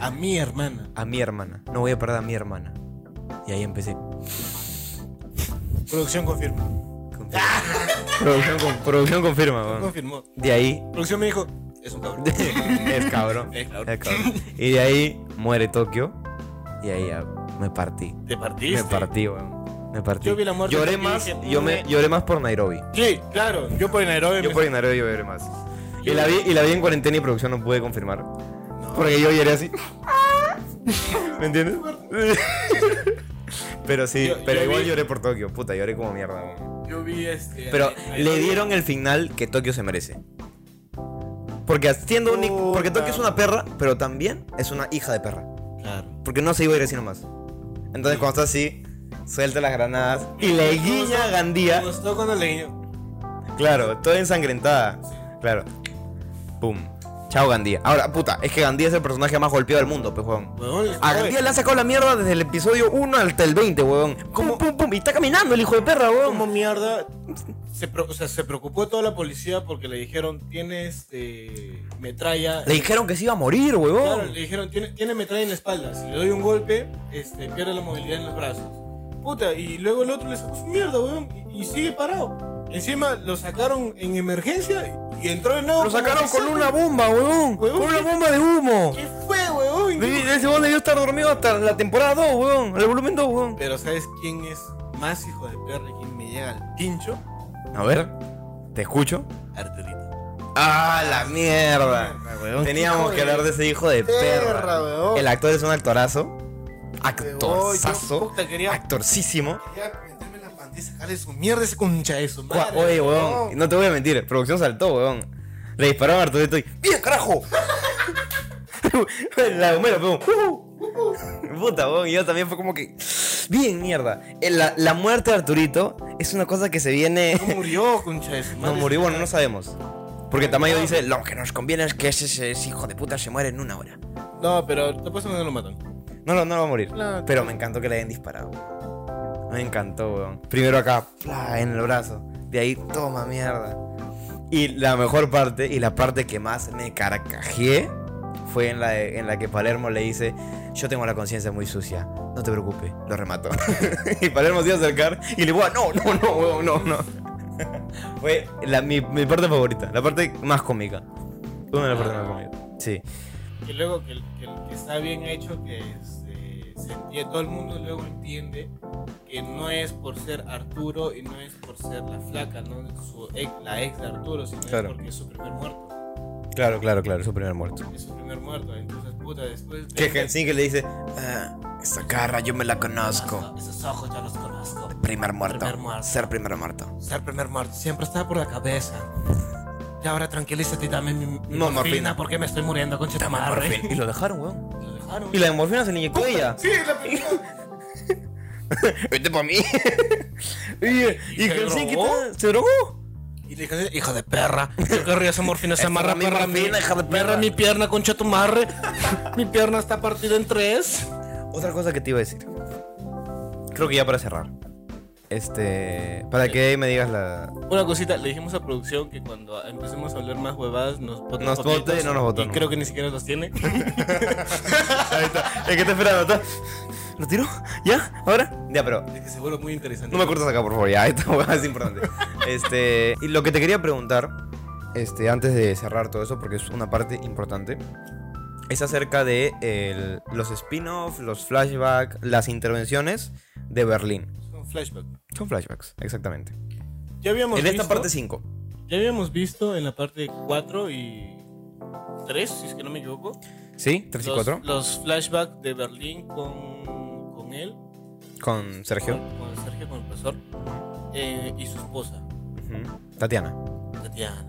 A mi hermana. A mi hermana. No voy a perder a mi hermana. Y ahí empecé. Producción confirma. Confirma. producción, con- producción confirma, weón. Confirmó. De ahí. Producción me dijo, es un cabrón. Eh, es cabrón. Es cabrón. Es cabrón. Y de ahí muere Tokio. Y ahí ya me partí. ¿Te partiste? Me partí, weón. Me partí. Yo vi la muerte lloré de Tokio y más. dije, yo me "Mue". lloré más por Nairobi. Sí, claro. Yo por Nairobi. Yo me- por Nairobi lloré más. Y la vi, y la vi en cuarentena y producción no pude confirmar. Porque yo lloré así. ¿Me entiendes? pero sí, Yo- pero yo igual vi- lloré por Tokio. Puta, lloré como mierda, weón. Yo vi este. Pero a- a- le dieron el final que Tokio se merece. Porque siendo un- Puta. Porque Tokio es una perra, pero también es una hija de perra. Claro. Porque no se iba a ir así nomás. Entonces cuando está así, suelta las granadas y le guiña a Gandía. Me gustó cuando le guiñó. Claro, toda ensangrentada. Claro. Pum. Chao Gandía. Ahora, puta, es que Gandía es el personaje más golpeado del mundo, pejón. Huevón, el A joven. Gandía le han sacado la mierda desde el episodio 1 hasta el 20, weón. Pum, pum, pum. Y está caminando el hijo de perra, weón. como mierda se, pro- o sea, se preocupó toda la policía porque le dijeron tienes eh, metralla Le dijeron que se iba a morir, weón. Claro, le dijeron tiene, tiene metralla en la espalda si le doy un golpe este pierde la movilidad en los brazos puta y luego el otro le sacó su mierda weón y, y sigue parado encima lo sacaron en emergencia y entró de nuevo Lo como sacaron que con sí, una bomba, weón. Huevón, Con una ¿qué? bomba de humo. ¿qué fue weón? Ese weón debió estar dormido hasta la temporada 2, weón. El volumen 2, weón. pero sabes quién es más hijo de perra y quién me llega al pincho A ver, te escucho. Arturito ¡Ah, la mierda! Teníamos Hijo que de hablar de ese hijo de perra. perra, weón. El actor es un actorazo. Weón, yo, Actorzazo. puta, quería- Actorcísimo. Ya, meterme la pandilla, sacarle su mierda ese concha de su Gua- madre. Oye, No. weón. No te voy a mentir. Producción saltó, weón. Le dispararon a Arturito y. ¡Bien, carajo! la gomera, weón. Puta, weón. Y yo también fue como que. Bien, mierda. Eh, La, la muerte de Arturito es una cosa que se viene. No murió, concha de su madre. No murió, bueno, no sabemos. Porque Tamayo dice: Lo que nos conviene es que ese, ese hijo de puta se muere en una hora. No, pero después no lo matan. No, no, no va a morir. Claro. Pero me encantó que le hayan disparado. Me encantó, weón. Primero acá, pla, en el brazo. De ahí, toma mierda. Y la mejor parte, y la parte que más me carcajeé, fue en la, de- en la que Palermo le dice: Yo tengo la conciencia muy sucia. No te preocupes, lo remato. y Palermo se iba a acercar y le dijo: "Ah, No, no, no, weón, no, no. fue la- mi, mi parte favorita, la parte más cómica. Una de las partes más cómicas. Sí. Y luego que, el- que el que está bien hecho, que este, se, se entiende, todo el mundo luego entiende que no es por ser Arturo y no es por ser la flaca, no su ex- la ex de Arturo, sino Claro. es porque es su primer muerto. Claro, claro, claro, su primer muerto. Es su primer muerto, entonces puta, después. de- Que Helsinki le dice, "Ah, esa cara yo me la conozco. Esos ojos ya los conozco. Primer muerto. Primer muerto. Ser primer muerto. Ser primer muerto siempre está por la cabeza. Y ahora tranquilízate y dame mi, mi No, morfina, morfina. porque me estoy muriendo con Y lo dejaron, weón. Lo dejaron. Y la de morfina se le inyectó a ella. Sí, la primera. Vete para mí. y y ¿Se Helsinki drogó? está- se drogó. Y le dije, hijo de perra, yo querría esa morfina, se amarra, también perra, mi, morfina, hija de perra. perra, mi pierna, concha tu madre, mi pierna está partida en tres. Otra cosa que te iba a decir. Creo que ya para cerrar. Este. Para que ahí me digas la. Una cosita, le dijimos a producción que cuando empecemos a hablar más huevadas nos botan Nos bote, papelitos, no nos botan, Y no. creo que ni siquiera los tiene. Ahí está. Es que está esperando. está- ¿Lo tiró? ¿Ya? ¿Ahora? Ya, pero. Es que se vuelve muy interesante. No me cortes acá, por favor. Ya, esta huevada es importante. Este. Y lo que te quería preguntar. Este, antes de cerrar todo eso, porque es una parte importante. Es acerca de el- los spin-offs, los flashbacks, las intervenciones de Berlín. Son flashback. Son flashbacks, exactamente. Ya habíamos En esta visto- parte 5. Ya habíamos visto en la parte 4 y 3, si es que no me equivoco. ¿Sí? 3 y los, 4. Los flashbacks de Berlín con, con él, Con Sergio. con, con Sergio, con el profesor, eh, y su esposa, Ujú. Tatiana. Tatiana.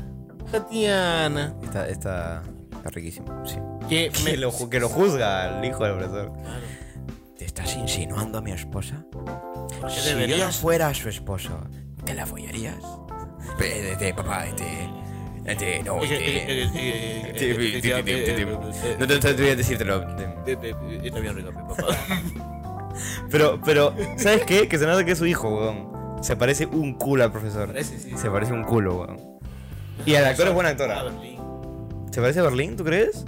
Tatiana. Está, está, está riquísimo. Sí. Que me Que, lo, ju- que lo juzga el hijo del profesor. Claro. ¿Te estás insinuando a mi esposa? ¿Qué Si yo deberías? fuera su esposo, ¿te la follarías? Vete, papá, este. Este, no, Oye, este. eh, eh, eh, eh, Te- eh, te- eh, te- eh, te- te- eh, eh, este, No te no te voy a decírtelo. te- eh, eh, eh, eh, también rico, mi papá. Pero, pero, ¿sabes qué? Que se nota que es su hijo, weón. Se parece un culo al profesor. Parece, sí. Se parece un culo, weón. Y el actor es buena Ah, actora. Berlín. ¿Se parece a Berlín, tú crees?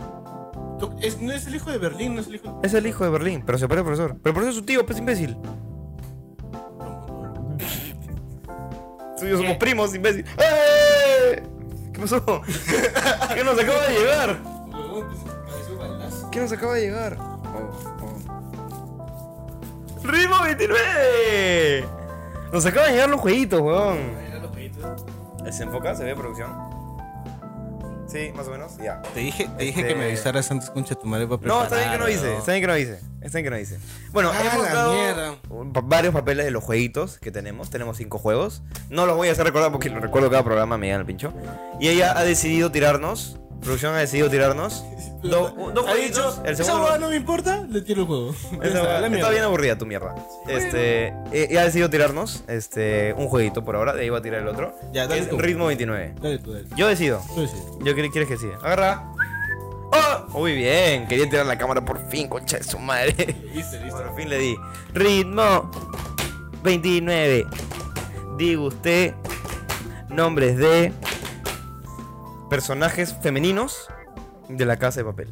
Tú- es- No es el hijo de Berlín, no es el hijo de... Es el hijo de Berlín, pero se parece al profesor. Pero el profesor es su tío, pues imbécil. Tú y yo somos primos, imbécil. ¡Eh! ¿Qué pasó? ¿Qué nos acaba de llegar? Huevón, pues, pareció balazo. ¿Qué nos acaba de llegar? Oh, ¡Ritmo 29! Nos acaban de llegar los jueguitos, weón. Mira los peditos. ¿Se enfoca? ¿Se ve producción? Sí, más o menos. Ya. Te dije, Este- te dije que me avisaras antes concha tu madre para No, preparar. está bien que no hice, ¿no? está bien que no hice, está bien que no hice. Bueno, Ah, hemos la dado mierda. un- pa- varios papeles de los jueguitos que tenemos, tenemos cinco juegos. No los voy a hacer recordar porque lo recuerdo cada programa, me llegan el pincho. Y ella ha decidido tirarnos, producción ha decidido tirarnos do- un- dos Ha jueguitos. dicho, el esa segundo huevada no me importa, le tiro el juego. Ya esa está, huevada- la está mierda. bien aburrida tu mierda. Este, eh, y ha decidido tirarnos este un jueguito por ahora, de ahí va a tirar el otro. Ya, que dale es tú. ritmo 29. Dale tú, dale. Yo decido. Tú decides. Yo quería, quieres que sí. Agarra. ¡Oh! Muy bien, quería tirar la cámara por fin, concha de su madre. Listo, listo. Por fin le di. Ritmo 29. Diga usted nombres de personajes femeninos de la casa de papel.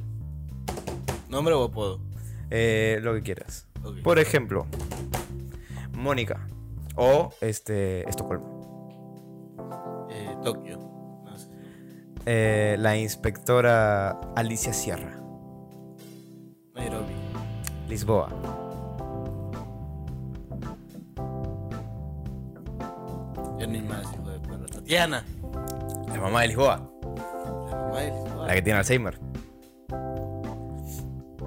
Nombre o apodo. Eh, lo que quieras. Ok. Por ejemplo, Mónica o este Estocolmo. Eh, Tokio. No sé. Eh, la inspectora Alicia Sierra, Nairobi. Lisboa. Ya no hay más, hijo de perra. Tatiana. La mamá de Lisboa, La mamá de Lisboa. la que tiene Alzheimer.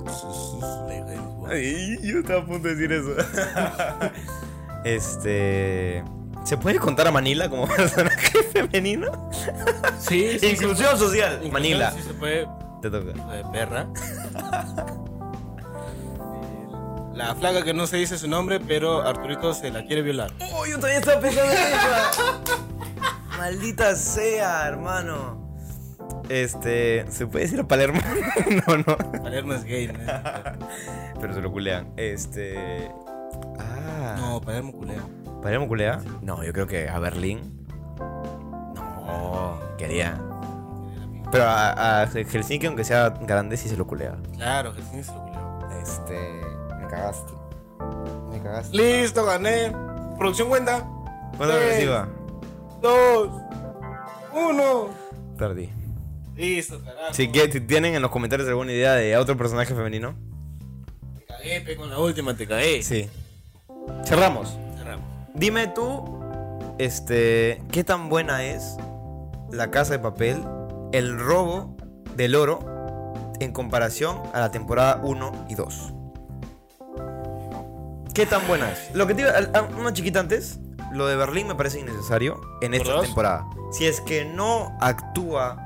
La hija de Lisboa. Ay, yo estaba a punto de decir eso. este. ¿Se puede contar a Manila como personaje femenino? Sí, sí, sí. Inclusión social. Inclusión, Manila. Sí se puede. Te toca. Hijo de perra. La flaca que no se dice su nombre, pero Arturito se la quiere violar. ¡Oh, yo todavía estaba pensando en ella! Maldita sea, hermano. Este. ¿Se puede decir a Palermo? no, no. Palermo es gay, ¿no? Pero se lo culean. Este. Ah. No, Palermo culea. ¿Palermo culea? No, yo creo que a Berlín. No, quería. Pero a, a Helsinki, aunque sea grande, sí se lo culea. Claro, Helsinki se lo culea. Este. Me cagaste. Me cagaste. Listo, gané. Producción cuenta. ¿Cuándo Tres, reciba? Dos, uno. Perdí. Listo, carajo. Si, que- si tienen en los comentarios alguna idea de otro personaje femenino, Te cagué, pe, con la última te cagué. sí. Cerramos. Cerramos. Dime tú, este. ¿Qué tan buena es la casa de papel, el robo del oro, en comparación a la temporada 1 y 2? ¿Qué tan buena es? Lo que te iba. al- a- Una chiquita antes. Lo de Berlín me parece innecesario en esta ¿Verdad? temporada. Si es que no actúa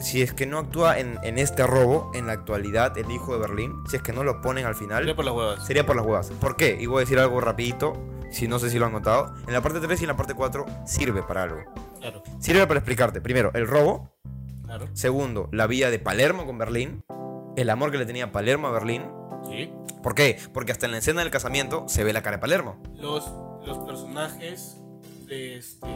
si es que no actúa en, en este robo, en la actualidad, el hijo de Berlín, si es que no lo ponen al Sería final, por las huevas. sería por las huevas. ¿Por qué? Y voy a decir algo rapidito, si no sé si lo han notado. En la parte 3 y en la parte 4 sirve para algo. Claro, Sirve para explicarte, primero, el robo, claro. segundo, la vía de Palermo con Berlín, el amor que le tenía Palermo a Berlín. Sí. ¿Por qué? Porque hasta en la escena del casamiento se ve la cara de Palermo. Los, los personajes de este.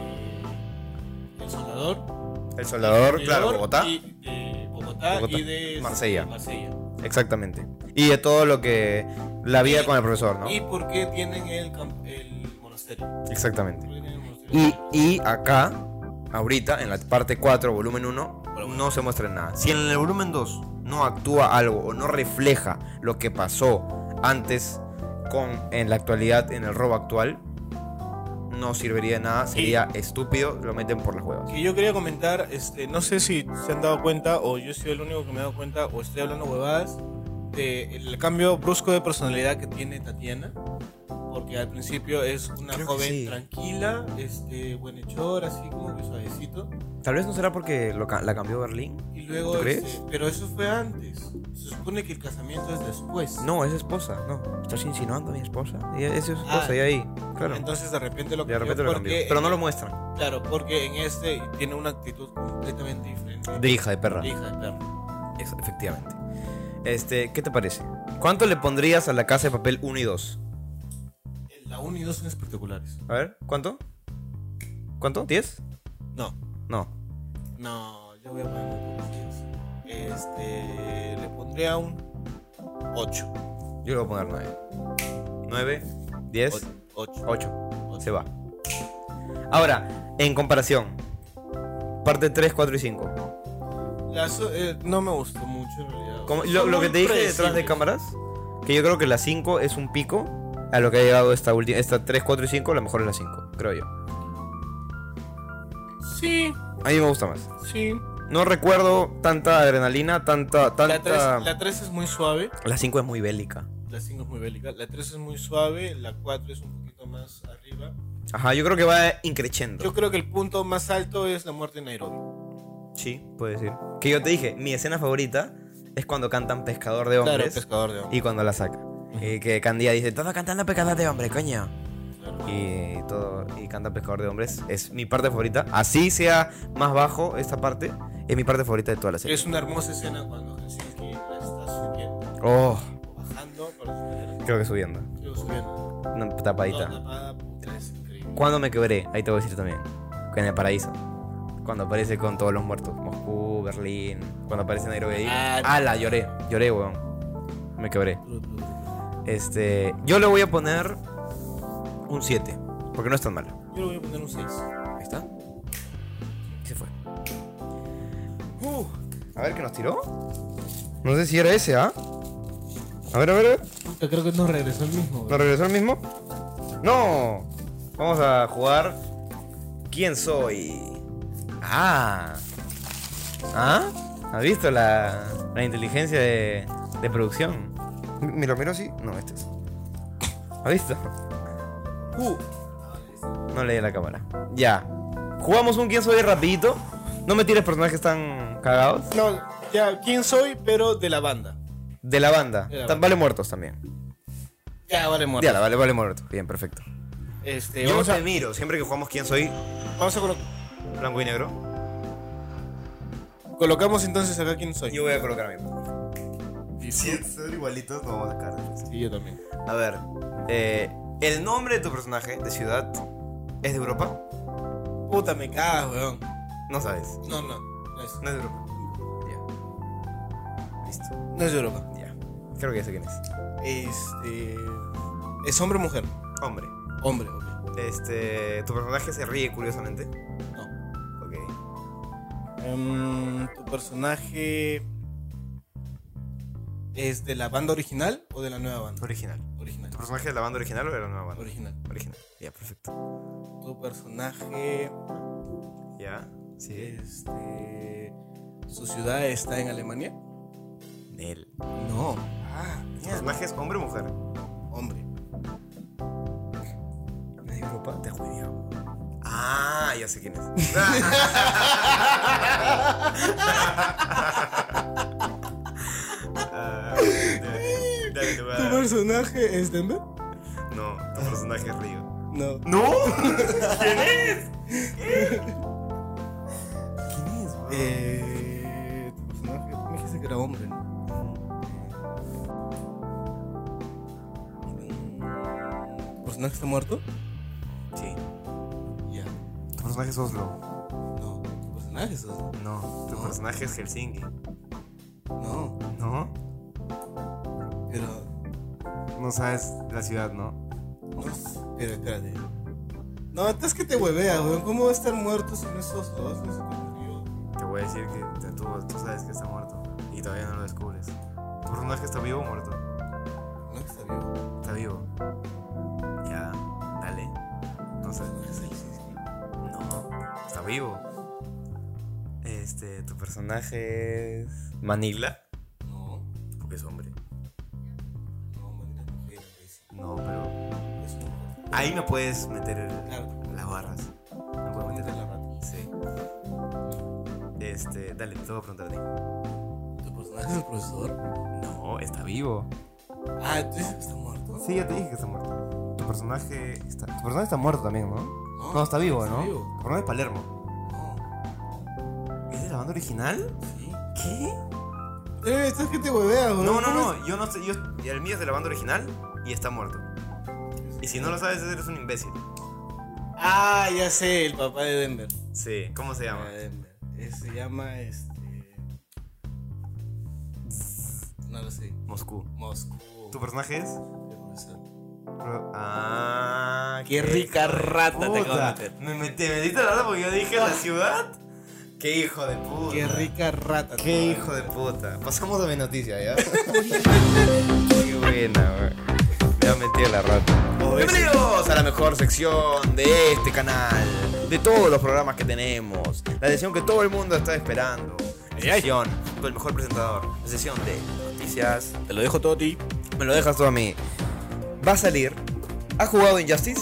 El soldador. El soldador, el claro, soldador Bogotá. Y de Bogotá, Bogotá, y de. Marsella. Marsella. Exactamente. Y de todo lo que. La vida Y- con el profesor, ¿no? ¿Y por qué tienen el, camp- el monasterio? Exactamente. ¿Por qué tienen el monasterio? Y, y acá, ahorita, en la parte 4, volumen 1, no se muestra nada. Si en el volumen 2 no actúa algo o no refleja lo que pasó antes con en la actualidad, en el robo actual, no serviría de nada, sería estúpido, lo meten por las huevas. Que yo quería comentar, este, no sé si se han dado cuenta, o yo soy el único que me he dado cuenta, o estoy hablando huevadas, del cambio brusco de personalidad que tiene Tatiana. Porque al principio es una Creo que joven sí. tranquila, este, buenhechora, así como que suavecito. Tal vez no será porque lo ca- la cambió Berlín. Y luego, ¿Tú crees? este, pero eso fue antes. Se supone que el casamiento es después. No, es esposa, no. ¿Estás insinuando a mi esposa? Ella- Es su Ah. esposa, y ahí. Claro. Entonces de repente lo de repente lo cambió. porque Pero no en- lo muestran. Claro, porque en este tiene una actitud completamente diferente. De hija de perra. de hija de perro. Ex- Efectivamente. Este, ¿qué te parece? ¿Cuánto le pondrías a la casa de papel 1 y 2? La 1 y 2 son espectaculares. A ver, ¿cuánto? ¿Cuánto? ¿10? No, No. No, yo voy a poner un diez. Este. Le pondría un 8. Yo le voy a poner 9. 9, 10, 8. 8. Se va. Ahora, en comparación. Parte 3, 4 y 5. eh, no me gustó mucho en realidad. Como- Son lo, lo muy que te dije detrás de predecibles. cámaras, que yo creo que la 5 es un pico a lo que ha llegado esta última. Esta 3, 4 y 5, la mejor es la 5, creo yo. Sí, A mí me gusta más. sí. No recuerdo tanta adrenalina, tanta. La tres- tanta... La 3 es muy suave. La 5 es muy bélica. La 5 es muy bélica. La 3 es muy suave. La 4 es un poquito más arriba. Ajá, yo creo que va increciendo. Yo creo que el punto más alto es la muerte en Nairobi. Sí, puede ser. Que yo te dije, mi escena favorita es cuando cantan Pescador de Claro, Hombres pescador de hombres. y cuando la saca. Y que Candida dice, todo cantando Pescador de Hombres, coño. Claro. Y todo, y canta Pescador de Hombres. Es mi parte favorita. Así sea más bajo esta parte, es mi parte favorita de toda la serie. Es una hermosa escena cuando Helsinki la está subiendo Oh, o bajando. Para creo que subiendo. Yo subiendo. Una tapadita. Tapada, puta, es Ah, increíble. ¿Cuándo me quebré? Ahí te voy a decir también. En el paraíso. Cuando aparece con todos los muertos. Moscú, Berlín. Cuando aparece Nairobi ahí. Ah, no. ¡Hala! Lloré. Lloré, weón. Me quebré. Este. Yo le voy a poner. Un 7. Porque no es tan malo. Yo le voy a poner un 6. Ahí está. Y se fue. Uh, a ver qué nos tiró. No sé si era ese, ¿ah? A ver, a ver, a ver. Puta, creo que no regresó el mismo. ¿Nos regresó el mismo? ¡No! Vamos a jugar. ¿Quién soy? ¡Ah! ¿Ah? ¿Has visto la, la inteligencia de, de producción? ¿Me lo miro así? No, este es. ¿Has visto? Uh. No leí la cámara. Ya. Jugamos un quién soy rapidito. No me tires personajes tan cagados. No, ya, ¿quién soy? Pero de la banda. De la banda. De la Tan- banda. Vale muertos también. Ya, vale, muerto. Ya, la vale, vale muertos. Bien, perfecto. Este, Yo vamos, te a, miro. Siempre que jugamos quién soy, vamos a colo- Blanco y negro. colocamos entonces acá quién soy. Yo voy a colocar a mí. Y son igualitos, no vamos a sacar. yo también. A ver, eh, el nombre de tu personaje de ciudad es de Europa. Puta, me cago, weón. No sabes. No, no, no es, No es de Europa. Ya. Listo. no es de Europa. Ya. Creo que ya sé quién es. Este. ¿Es hombre o mujer? Hombre. Hombre, ok. Este. Tu personaje se ríe curiosamente. No. Ok. Em, ¿Tu personaje. ¿Es de la banda original o de la nueva banda? Original. Original. ¿Tu personaje de la banda original o de la nueva banda? Original. Original. Ya, perfecto. Tu personaje. Ya. Sí. Este. ¿Su ciudad está en Alemania? Nel. No. Ah, ¿Tu mierda. personaje es hombre o mujer? Hombre. ¿Es de Europa? Te juro. Ah, yo ya sé quién es. Ah, dale, dale, te voy a ¿Tu dar. personaje es Denver? No, tu personaje es Río. No. ¿No? ¿Quién es? ¿Quién es, Ah. bro? Eh, tu personaje. Me dijiste que era hombre, ¿no? Mm, ¿Tu personaje está muerto? Sí. Ya. Tu personaje es Oslo. No. ¿Tu personaje es Oslo? No. Tu personaje es Helsinki. No. ¿No? Pero. No sabes la ciudad, ¿no? No. Espera, espérate. No, entonces que te huevea, weón. ¿Cómo va a estar muerto si no es Oslo? Oslo es conocido. Te voy a decir que te- tú, tú sabes que está muerto y todavía no lo descubres. ¿Tu personaje está vivo o muerto? No, que está vivo. Está vivo. Ya, dale. No sé. Es el- No, está vivo. Este, tu personaje es. Manila. No. Porque es hombre. No, manita, mujer, es- No, pero. es un hombre. Ahí me puedes meter el- Claro, las barras. No puedo manita meterlas. la rata. Sí. Este, dale, te voy a preguntar a ti. ¿Tu personaje es el profesor? No, está vivo. Ah, tú dices que está muerto. Sí, ya te dije que está muerto. Tu personaje está. Tu personaje está muerto también, ¿no? No, está vivo, ¿no? Tu personaje es Palermo. No, ¿Es de la banda original? sí. ¿Qué? Eh, estás que te huevea, weón. No, no, no, yo no sé, yo, el mío es de la banda original y está muerto. Y si no lo sabes, eres un imbécil. Ah, ya sé, el papá de Denver. Sí, ¿cómo se Papá llama? de Denver. Eh, se llama este. No lo sé. Moscú. Moscú. ¿Tu personaje es? El profesor. Ah, Qué rica rata te acabo de puta. meter. Me metí, me metiste la rata porque yo dije la ciudad. Qué hijo de puta. Qué rica rata. Qué tú, hijo de puta. Pasamos a mi noticia, ¿ya? Qué buena, güey. Me ha metido la rata. Bienvenidos a la mejor sección de este canal. De todos los programas que tenemos. La sección que todo el mundo está esperando. La sección con el mejor presentador. La sección de noticias. Te lo dejo todo a ti. Me lo dejas todo a mí. Va a salir. ¿Has jugado Injustice?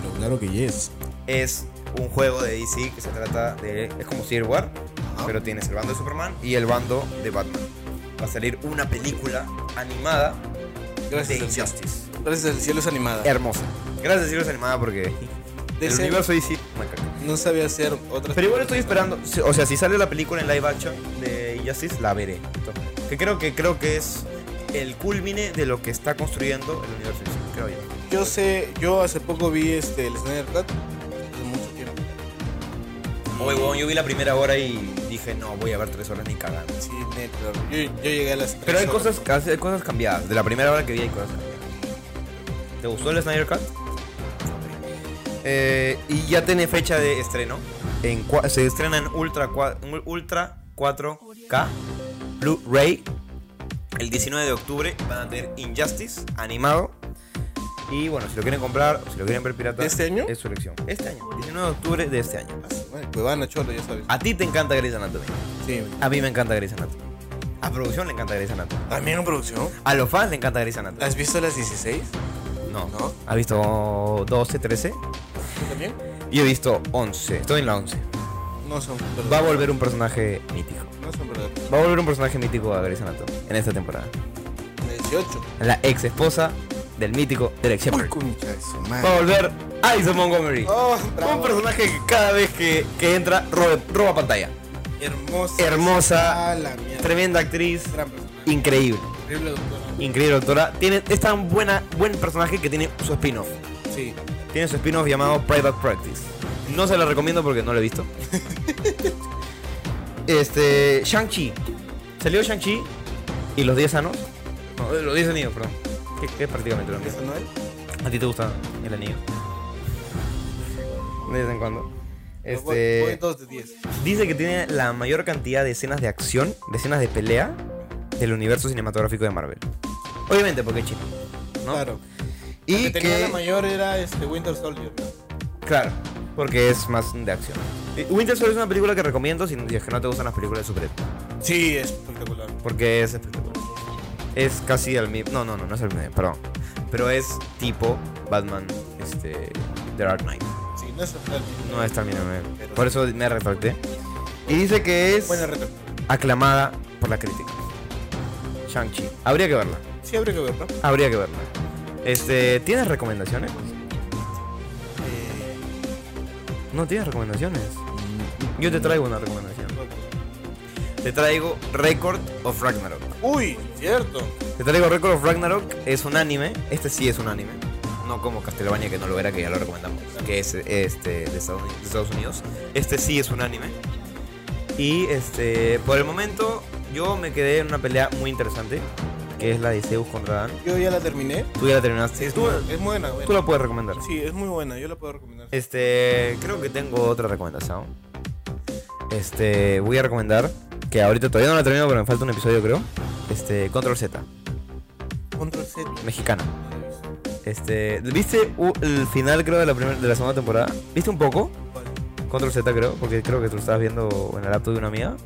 Pero claro que yes. es un juego de DC que se trata de. Es como Civil War, pero tienes el bando de Superman y el bando de Batman. Va a salir una película animada Gracias. de al cielo. Injustice. Gracias al cielo es animada. Hermosa. Gracias, Civil animada porque. De El ser- universo DC. me caga. No sabía hacer otras Pero igual estoy esperando. si- O sea, si sale la película en live action de Injustice, la veré. Entonces, Que creo que creo que es el culmine de lo que está construyendo el universo DC, creo yo. Yo sé, yo hace poco vi este, el Snyder Cut. Hace mucho tiempo. Oye, weón, yo vi la primera hora y dije, no, voy a ver tres horas ni cagando. Sí, neto. Yo, yo llegué a las tres Pero hay horas. cosas, hay cosas cambiadas. De la primera hora que vi hay cosas cambiadas. ¿Te gustó el Snyder Cut? Eh, y ya tiene fecha de estreno. En, cua- se estrena en Ultra, cua- en Ultra 4K Blu-ray. El 19 de octubre van a tener Injustice animado. Y bueno, si lo quieren comprar o si lo quieren ver pirata, ¿Este año? es su elección. Este año, 19 de octubre de este año. Ah, sí, bueno, Cuevana, cholo, ya sabes. A ti te encanta Grey's Anatomy. Sí. A mí me encanta Grey's Anatomy. A producción le encanta Grey's Anatomy. ¿También en producción? A los fans le encanta Grey's Anatomy. ¿Has visto las 16? No. ¿No? ¿Ha visto 12, 13? ¿Tú también? Yo he visto 11. Estoy en la 11. No son Va a verdaderos. volver un personaje mítico. No son verdaderos. Va a volver un personaje mítico a Grey's Anatomy en esta temporada. 18. La ex esposa del mítico Derek Uy, Shepard. concha de su Va a madre. volver Alison Montgomery. Oh, Un bravo. personaje que cada vez que, que entra roba, roba pantalla. Hermosa. Hermosa, Ah, la mierda. tremenda actriz, Gran personaje. increíble. Increíble doctora. Increíble doctora. Tiene, es tan buena, buen personaje que tiene su spin-off. Sí. Tiene su spin-off llamado Private Practice. No se lo recomiendo porque no lo he visto. este. Shang-Chi. Salió Shang-Chi y los 10 anos. No, eh, los 10 anillos, perdón. Que, que es prácticamente lo ¿Esa mismo. no es? ¿A ti te gusta el anillo? De vez en cuando. Voy, voy Este. dos de 10. Dice que tiene la mayor cantidad de escenas de acción, de escenas de pelea del universo cinematográfico de Marvel. Obviamente porque es chino. ¿no? Claro. Y que tenía la mayor era este Winter Soldier. ¿no? Claro, porque es más de acción. Y Winter Soldier es una película que recomiendo si si es que no te gustan las películas de superhéroes, Sí, espectacular. porque es espectacular. Es casi el mismo, no, no, no, no es el mismo, perdón. Pero es tipo Batman, este, The Dark Knight. Sí, no es hasta el final. No es término medio. Por eso me retracté. Y dice que es Buena reto. aclamada por la crítica. Shang-Chi. Habría que verla. Sí, habría que ver, ¿no? Habría que verla. Este, ¿tienes recomendaciones? No tienes recomendaciones. Yo te traigo una recomendación. Te traigo Record of Ragnarok. Uy, cierto. Te traigo Record of Ragnarok, es un anime, este sí es un anime, no como Castlevania que no lo era, que ya lo recomendamos, que es este de Estados Unidos, de Estados Unidos. este sí es un anime. Y este, por el momento yo me quedé en una pelea muy interesante, que es la de Zeus contra Dan. Yo ya la terminé. Tú ya la terminaste, Sí, es, tú, muy- es buena, tú buena. la puedes recomendar. Sí, es muy buena, yo la puedo recomendar. Este, creo que tengo otra recomendación. Este, voy a recomendar, que ahorita todavía no la termino, pero me falta un episodio creo, este, Control Z, Control Z. mexicana. Este, ¿viste u- el final creo de la primera de la segunda temporada? ¿Viste un poco? Control Z creo, porque creo que tú lo estabas viendo en el laptop de una amiga.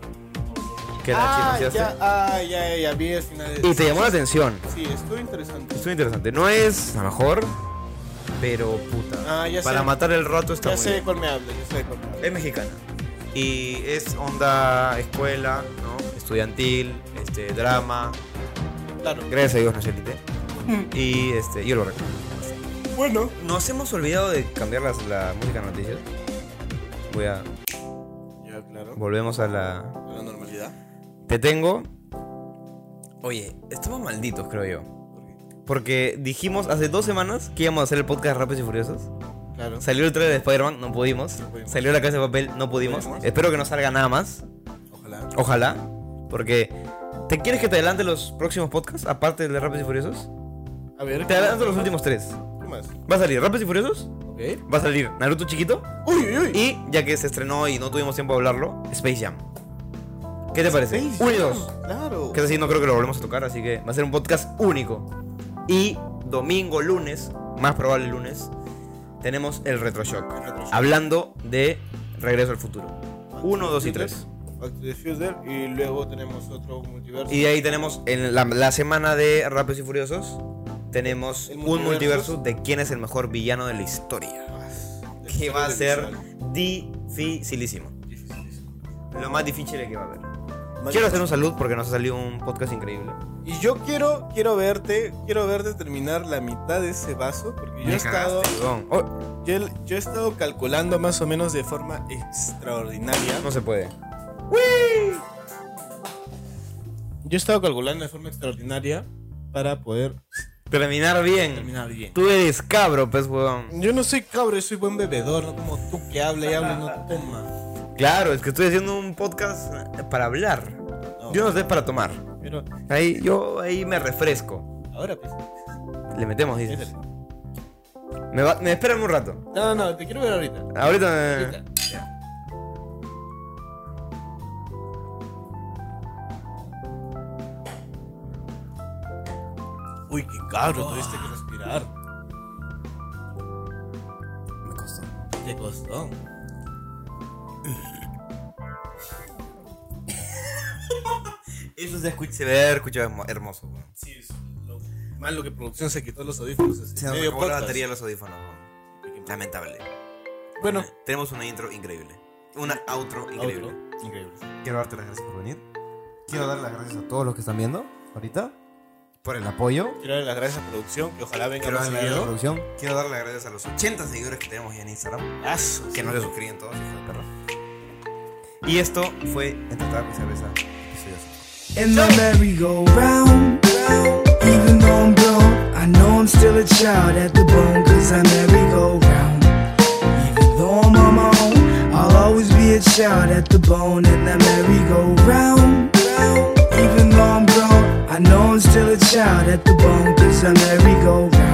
Que la ah, chismoseaste. ya, ah, ya, ya, ya, vi el final. de- Y te llamó la atención. Sí, estuvo interesante. Estuvo interesante. No es la mejor, pero puta. Ah, ya Para sé. matar el rato está Ya muy sé de bien. cuál me habla, ya sé de cuál me habla. Es mexicana. Y es onda escuela, ¿no? Estudiantil, este, drama. Claro. Gracias a Dios no es élite. Y este, yo lo recomiendo. Bueno. Nos hemos olvidado de cambiar las- la música de noticias. Voy a. Ya, claro. Volvemos a la. La normalidad. Te tengo. Oye, estamos malditos, creo yo. Porque dijimos hace dos semanas que íbamos a hacer el podcast Rápidos y Furiosos. Claro. Salió el trailer de Spider-Man, no pudimos. pudimos. Salió la casa de papel, no pudimos. pudimos. Espero que no salga nada más. Ojalá. Ojalá. Porque. ¿Te quieres que te adelante los próximos podcasts? Aparte del de Rápidos y Furiosos. A ver. Te adelanto los últimos tres. ¿Qué más? Va a salir Rápidos y Furiosos. Ok. Va a salir Naruto Chiquito. Uy, uy, uy. Y ya que se estrenó y no tuvimos tiempo de hablarlo, Space Jam. ¿Qué te parece? Space Uno y Jam, dos. Claro. Que es así, no creo que lo volvemos a tocar, así que va a ser un podcast único. Y domingo, lunes, más probable lunes, tenemos el Retroshock. Retroshock. Hablando de Regreso al Futuro. Uno, dos y tres. Back to the Future y luego tenemos otro multiverso. Y de ahí tenemos en la, la semana de Rápidos y Furiosos, tenemos El un multiverso. multiverso de quién es el mejor villano de la historia. Que va a ser dificilísimo. Lo más difícil que va a haber. Quiero hacer un salud porque nos ha salido un podcast increíble. Y yo quiero, quiero verte, quiero verte terminar la mitad de ese vaso, porque yo he Me estado, cagaste, huevón. Oh, yo, he- yo he estado calculando más o menos de forma extraordinaria. no se puede. Yo he estado calculando de forma extraordinaria para poder Terminar bien. terminar bien. Tú eres cabro, pues, huevón. Yo no soy cabro, yo soy buen bebedor, no como tú que habla y habla y no toma. Claro, es que estoy haciendo un podcast para hablar. No. Yo no sé para tomar. Pero Ahí, yo ahí me refresco. ahora pues, Le metemos, dices. métele. Me, va- me esperan un rato. No, no, no, te quiero ver ahorita. Ahorita me- Ahorita. Uy, qué caro, tuviste que respirar. me costó. Te costó. Eso se escucha, se ve escucha hermo- hermoso, huevón. Sí, es lo malo que producción se quitó los audífonos. así, Se nos medio acabó la podcast. batería de los audífonos, huevón. Lamentable. Bueno, Tenemos una intro increíble. Una outro increíble. Outro. Increíble. Quiero darte las gracias por venir. Quiero dar las gracias a todos los que están viendo ahorita por el apoyo. Quiero darle las gracias a producción, que ojalá venga Quiero más dar las gracias a la seguido. producción. Quiero dar las gracias a los 80 seguidores que tenemos ya en Instagram. Ah, su- Que no se suscriben todos, hijo de perro. Y esto fue Entre Tabaco y Cerveza. episodio cinco. And the merry go round. Even though I'm grown, I know I'm still a child at the bone. Cause I merry go round. Even though I'm on my own, I'll always be a child at the bone. And I merry go round. Even though I'm grown, I know I'm still a child at the bone. Cause I merry go round.